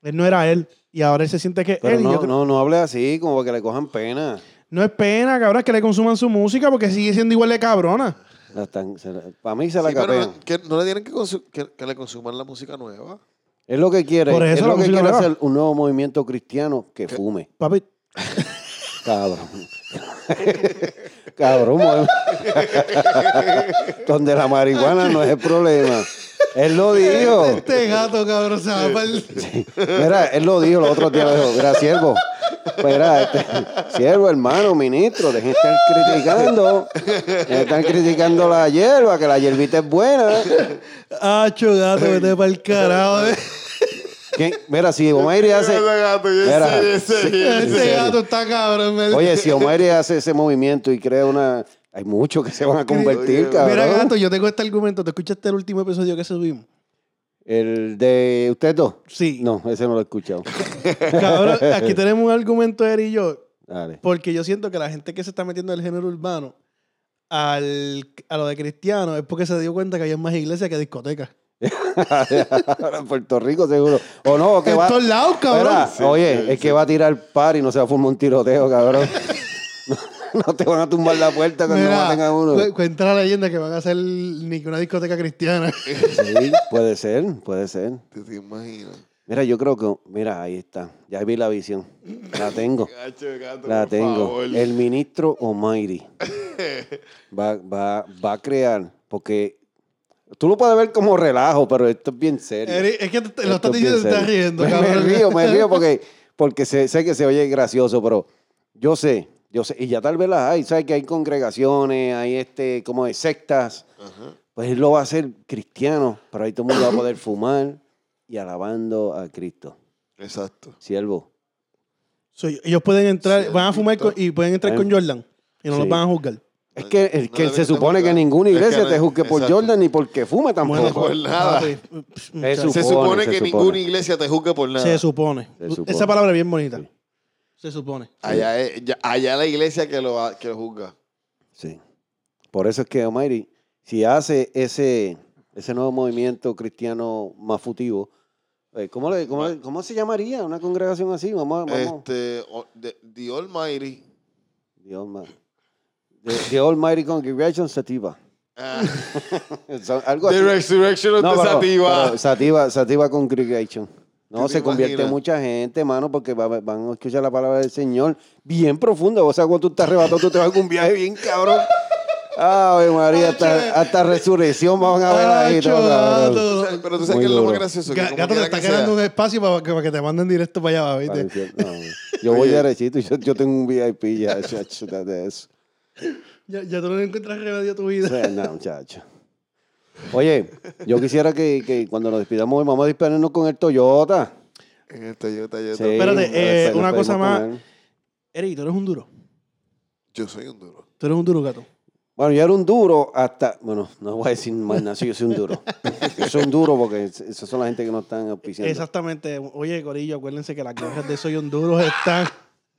Él no era él. Y ahora él se siente que es
Pero
él. y yo
no,
creo-
no, no hables así, como para que le cojan pena.
no es pena, cabrón, que le consuman su música porque sigue siendo igual de cabrona.
para mí se la
Sí, pero
capean.
no, que, no le tienen que, consu- que- que le consuman la música nueva.
Es lo que quiere.
Por eso
es
la
lo que
música
quiere
nueva.
hacer un nuevo movimiento cristiano que fume.
Papi,
Cabrón. Cabrón. mov- Donde la marihuana no es el problema. Él lo dijo.
Este gato, cabrón, se va para el...
Mira, él lo dijo los otros días. Dijo, mira, siervo. Mira, este, siervo, hermano, ministro, dejen de estar criticando. Dejen de estar criticando la hierba, que la hierbita es buena.
Hacho, gato, vete para el carajo. eh.
¿Quién? Mira, si Omairi hace... Mira,
Este gato está cabrón. me-
Oye, si Omairi hace ese movimiento y crea una... Hay muchos que se van a convertir, cabrón.
Mira, gato, yo tengo este argumento. ¿Te escuchaste el último episodio que subimos?
El de ustedes dos.
Sí.
No, ese no lo he escuchado.
Cabrón, aquí tenemos un argumento, Eri y yo,
Dale.
porque yo siento que la gente que se está metiendo en el género urbano al, a lo de cristiano es porque se dio cuenta que había más iglesias que discotecas.
Ahora en Puerto Rico seguro. O no, que
En
va.
todos lados, cabrón.
Espera, oye, el que va a tirar par y no se va a formar un tiroteo, cabrón. no, no te van a tumbar la puerta cuando
Mira,
maten a uno.
cu- cuenta la leyenda que van a hacer ni que una discoteca cristiana.
Sí, puede ser, puede ser.
¿Te, te imaginas?
Mira, yo creo que. Mira, ahí está. Ya vi la visión. La tengo.
Gacho de gato,
La
por
tengo.
favor.
El ministro Almighty va, va, va a crear, porque tú lo puedes ver como relajo, pero esto es bien serio.
Eri- Es que te- te- lo
Esto
estás
es bien
diciendo y te estás
serio.
riendo,
Me, me
cabrón.
río, me río porque, porque sé, sé que se oye gracioso, pero yo sé, yo sé, y ya tal vez las hay, ¿sabes? Que hay congregaciones, hay este, como de sectas. Pues él lo va a hacer cristiano, pero ahí todo el mundo va a poder fumar y alabando a Cristo.
Exacto.
Siervo.
So, ellos pueden entrar,
Sí,
van a fumar con-
listo.
y pueden entrar con
Ven.
Jordan y no
Sí.
los van a juzgar.
Es que,
No
es que
debe que
se
te
supone que
juzguen.
ninguna
Es que
iglesia
no-
te juzgue por
exacto.
Jordan ni porque fume
Bueno,
tampoco.
por nada.
Papi,
Es
ah, muchacho,
Se
Supone,
supone
se
que
supone.
ninguna iglesia te juzgue por nada.
se supone.
Se supone.
Esa palabra es bien bonita.
Sí.
Se supone.
Allá, es- ya- allá la iglesia que lo, ha- que lo juzga.
Sí. Por eso es que Omairi, si hace ese, ese nuevo movimiento cristiano más futivo, eh, ¿cómo, le- cómo, le- cómo se llamaría una congregación así? Vamos, vamos.
Este, o- the, the Almighty.
The, Alma- the, the Almighty Congregation Sativa.
Ah,
So- Algo así.
the Resurrection of
No,
the
pero-
Sativa.
pero Sativa. Sativa Congregation.
¿Tú
No,
te
se convierte
imaginas?
mucha gente, mano, porque va- van a escuchar la palabra del Señor bien profunda. O sea, cuando tú te arrebatado, tú te vas a un viaje bien cabrón. Ave María, hasta, hasta resurrección van a ver ahí.
Acho,
todo, cabrón.
Tú
gato.
sabes- pero tú sabes
Muy
que es lo más
duro.
gracioso. que
Ga-
como
Gato, te
quiera
está
que sea,
quedando un espacio para que, para que te manden directo para allá, ¿viste?
Parecía- no, yo voy derechito, yo, yo tengo un VIP ya, chacho, de eso.
Ya, ya tú no le encuentras remedio a tu vida.
O sea, No, muchacho. Oye, yo quisiera que, que cuando nos despidamos hoy, vamos a despedirnos con el Toyota.
En el Toyota, yo,
Sí,
también.
Espérate,
nos
eh,
despedimos
una cosa
con
más.
él.
Eri, tú eres un duro.
yo soy un duro.
Tú eres un duro, gato.
Bueno, yo era un duro hasta. Bueno, no voy a decir más nada, sí, yo soy un duro. Yo soy un duro porque es- esas son la gente que no están auspiciando.
Exactamente. Oye, Corillo, acuérdense que las gorras de Soy un duro están.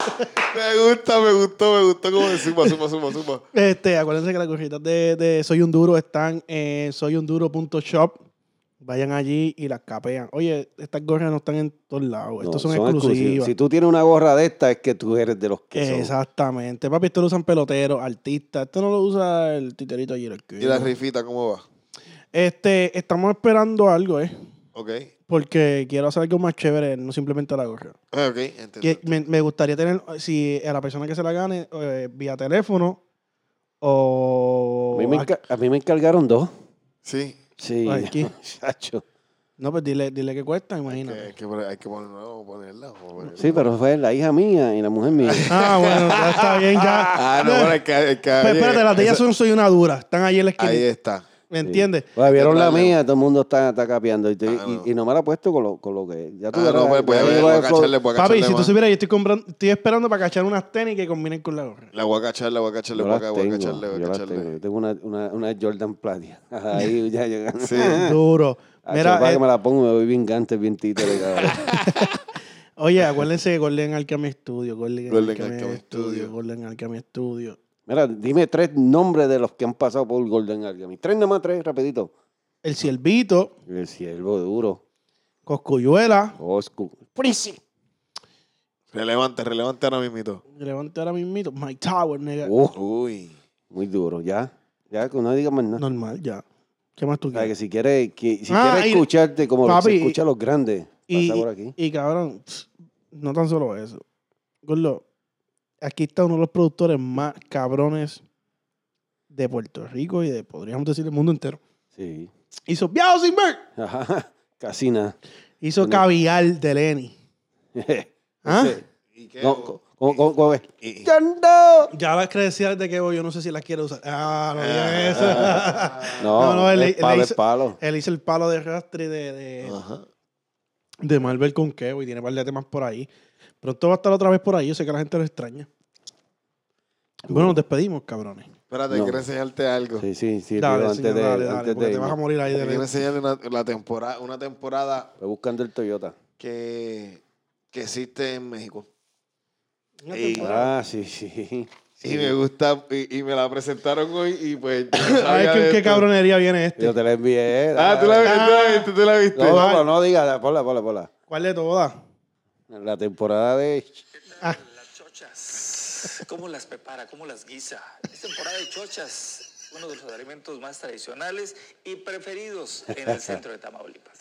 Me gusta, me gustó, me gustó como de suma, suma, suma, suma.
Este, acuérdense que las gorritas de, de Soy un duro están en soyunduro.shop. Vayan allí y las capean. Oye, estas gorras no están en todos lados.
No,
Estas pues, son,
exclusivas.
exclusivas.
Si tú tienes una gorra de esta, es que tú eres de los que son.
Exactamente. Papi, esto lo usan peloteros, artistas. Esto no lo usa el titerito allí. el
¿Y la
que-
rifita cómo va?
Este, estamos esperando algo, ¿eh?
Ok.
Porque quiero hacer algo más chévere, no simplemente la gorra.
Ah, Ok, entiendo.
Que me, me gustaría tener, si a la persona que se la gane, eh, vía teléfono
A
o...
mí, me enca- a mí me encargaron dos.
Sí.
Sí,
Ay, ¿qué?
chacho.
No, pues dile, dile que cuesta, imagínate.
Que- Hay que, poner- hay que poner- no, ponerla. ponerla.
Sí, pero fue la hija mía y la mujer mía.
Ah, bueno, ya está bien, ya.
Ah, no, bueno, hay que. hay que-
Pues espérate, las de ellas son soy una dura. Están ahí en la
Ahí
esquina.
Ah,
está.
¿Me entiendes?
Pues, vieron la
Dale.
mía, todo el mundo está, está capeando. Y, te-
Ah,
y-
no.
y no me la ha puesto con lo, con lo que. Ya tú
Ah,
verás,
no, pues, voy
ya
a,
yo
voy
voy
a
a-
cacharle, voy a
Papi,
cacharle
si tú
más.
supieras, yo estoy comprando, estoy esperando para cachar unas tenis que combinen con la gorra.
La voy a cachar, la voy a cachar, la voy
Yo
a
las
cachar,
tengo,
voy a cacharle,
yo
voy a
las tengo.
cacharle.
Yo tengo una, una, una Jordan Platia. Ahí ya llegando.
Sí.
Duro.
Ah,
Mira,
para
eh,
que me la pongo, me voy bien gante, bien títere. cabrón.
Oye, acuérdense de Golden Alchemy Studio. Golden,
Golden
Alchemy,
Alchemy
Studio.
Studio.
Golden Alchemy Studio.
Mira, dime tres nombres de los que han pasado por Golden Alchemy. Tres nomás, tres, rapidito.
El Ciervito,
El Ciervo Duro,
Coscuyuela.
Oscu, Prisi.
Relevante, relevante ahora mismito.
Levante ahora mismito. My Tower, nega.
Oh,
Uy.
muy duro, ya. Ya, que no diga más nada.
Normal, ya. ¿Qué más tú
O sea, que
quieres?
si quieres, que- si
Ah,
quieres
y-
escucharte como
papi,
se escucha a los grandes,
Y,
pasa por aquí.
y cabrón, pss, no tan solo eso. Gordo, aquí está uno de los productores más cabrones de Puerto Rico y de, podríamos decir, el mundo entero.
Sí.
Hizo Bjausenberg.
Ajá, Casina.
Hizo
Bueno.
Caviar de Lenny. ¿Ah?
¿Y qué?
No, co- co- co- co-
Y-
¡Yandó!
Ya las credenciales de Kevo, yo no sé si las quiero usar. Ah, no digas eso.
No,
Ah,
No, no, él-
es
él
palo,
hizo- Eh,
es palo.
Él hizo el palo de rastre de, de,
Ajá.
de Marvel con Kevo y tiene un par de temas por ahí. Pronto va a estar otra vez por ahí. Yo sé que la gente lo extraña. Bueno, nos despedimos, cabrones.
Espérate,
No.
quiero enseñarte algo.
Sí, sí, sí.
dale,
pero
señor,
antes de,
dale, dale,
antes
porque
de
te vas a
irnos.
morir ahí de
Quiero
risa.
enseñarte una, la temporada, una temporada
Estoy buscando el Toyota.
que, que existe en México.
Una
Ey.
temporada.
Ah, sí, sí.
Y me gusta, y, y me la presentaron hoy y pues... yo no
Ay,
sabía
qué-
de
qué
esto.
cabronería viene
Yo
este.
te la envié.
Ah, tú la viste, tú la viste, tú la viste.
No, no, no, no digas. Ponla, ponla, ponla.
¿Cuál de todas?
La temporada de...
Las chochas. ¿Cómo las prepara? ¿Cómo las guisa? Es temporada de chochas, uno de los alimentos más tradicionales y preferidos en el centro de Tamaulipas.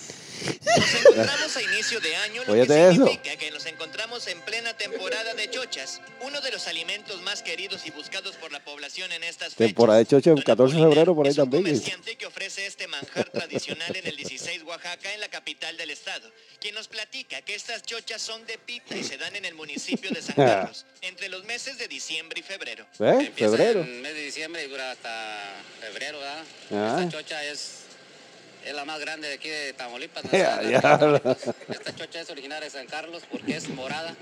Nos encontramos a inicio de año, lo
Óyete
que
eso.
significa que nos encontramos en plena temporada de chochas, uno de los alimentos más queridos y buscados por la población en estas fechas.
Temporada de chochas,
Don
14 de febrero, por ahí
es un
también.
comerciante que ofrece este manjar tradicional en el 16 Oaxaca, en la capital del estado, quien nos platica que estas chochas son de pita y se dan en el municipio de San Carlos, entre los meses de diciembre y febrero.
Ah. ¿Eh?
Empieza
Febrero.
en mes de diciembre y dura hasta febrero, ¿verdad?
Ah.
Esta chocha es, es la más grande de aquí de Tamaulipas. ¿no?
Ya, ya.
Esta chocha es originaria de San Carlos porque es morada.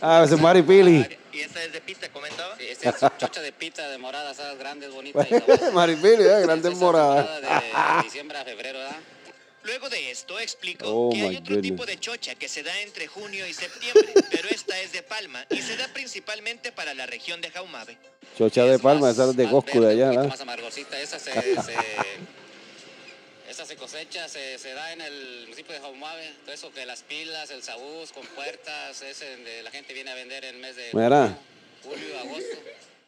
Ah, ese Mari Pili.
¿Y esta es de pita, comentaba?
Sí, Esta es chocha de pita, de morada, esas grandes, bonitas. y sabrosas.
Mari Pili, eh, grande
Esta es
morada.
temporada De diciembre a febrero, ¿verdad?
Luego de esto explicó
Oh,
que
my
hay otro
goodness.
tipo de chocha que se da entre junio y septiembre, pero esta es de palma y se da principalmente para la región de Jaumabe.
Chocha de
Es
Palma,
más-
esa es de
más
Coscu de
verde, un
allá.
poquito
¿verdad?
Más amargosita, esa se, se- esa se cosecha, se, se da en el municipio de Jaumabe. Todo eso que las pilas, el sabús, con puertas, ese donde la gente viene a vender en el mes de
Mira.
julio, agosto.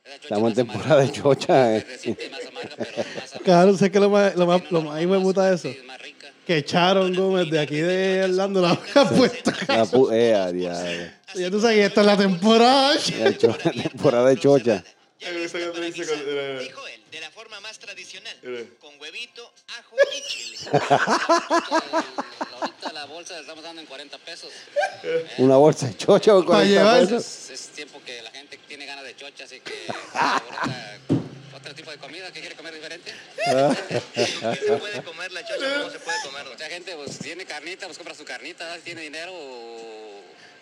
Esa chocha
Estamos en
más amarga,
temporada de chocha, eh.
más verdecita y más amarga, pero más amarga.
Claro, sé que lo más, lo más,
Tiene
lo
un
más
aroma
hijo de
más
puta de eso.
fuerte y más rica.
Que echaron Gómez de aquí de Orlando la boca puesta.
La pu- eh, a diablo.
Ya tú sabes que esta es la temporada.
La cho- temporada de chocha.
Ya
Ahí
lista
está,
para
dice
guisar,
con- era- era.
dijo él, de la forma más tradicional,
Era.
con huevito, ajo y chile.
Ahorita la bolsa la estamos dando en 40 pesos.
Una bolsa de chocha con
Para
40
llevar.
pesos.
Pues, Es, es tiempo que la gente tiene ganas de chocha, así que ahorita otro tipo de comida que quiere comer diferente.
¿Qué se puede comer la chocha? ¿Cómo se puede comer?
Mucha gente pues tiene carnita, pues compra su carnita, ¿verdad? Si tiene dinero o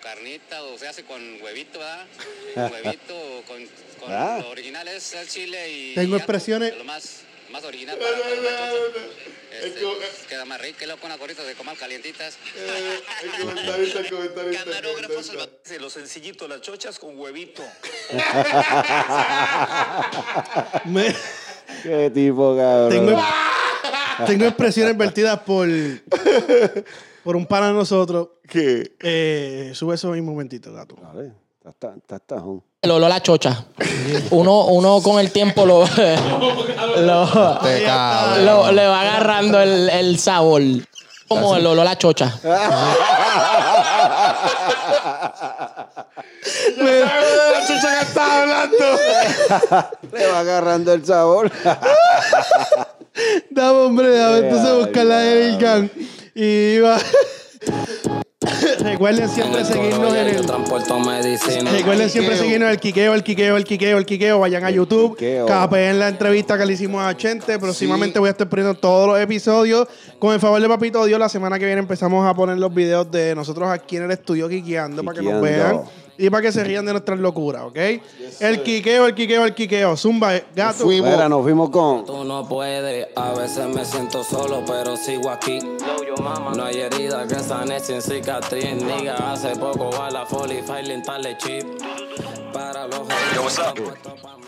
carnita o se hace con huevito, ¿verdad? Con huevito o con, con
Ah.
lo original es el chile y
Tengo
ajo,
expresiones.
Lo más, más original para, para una chocha. Este, pues, queda más rico y luego con las gorritas de comal calientitas.
El comentarista, el comentarista.
Camarógrafo
el
salva-
Lo sencillito, las chochas con huevito.
Me-
Qué tipo, cabrón.
tengo, tengo expresiones vertidas por, por un pana de nosotros.
¿Qué?
Eh, sube eso mismo un momentito, gato.
Vale, está- está- está tajón.
El olor a chocha. Uno, uno con el tiempo lo, lo-
Te cabrón.
lo- le va agarrando el, el sabor. Como el olor a chocha.
La chucha que estaba hablando.
Le va agarrando el sabor.
Dame, hombre, dame. Entonces
Ay,
buscar la de Bill Gang.
diablo.
Y iba. Recuerden siempre seguirnos en el.
transporto medicina.
Eh, Recuerden siempre seguirnos el quiqueo, el quiqueo, el quiqueo, el quiqueo. Vayan a YouTube,
quiqueo.
capeen la entrevista que le hicimos a Chente. Próximamente voy a estar poniendo todos los episodios. Con el favor de Papito Dios, la semana que viene empezamos a poner los videos de nosotros aquí en el estudio quiqueando para que nos vean
Quiqueando.
y para que se rían de nuestras locuras, ¿ok? el quiqueo, el quiqueo, el quiqueo. Zumba, eh, gato.
Mira, nos fuimos con.
Tú no puedes, a veces me siento solo, pero sigo aquí. No hay herida que sane sin cicatriz. Nigga, hace poco a la Folly File chip. Para los ojos.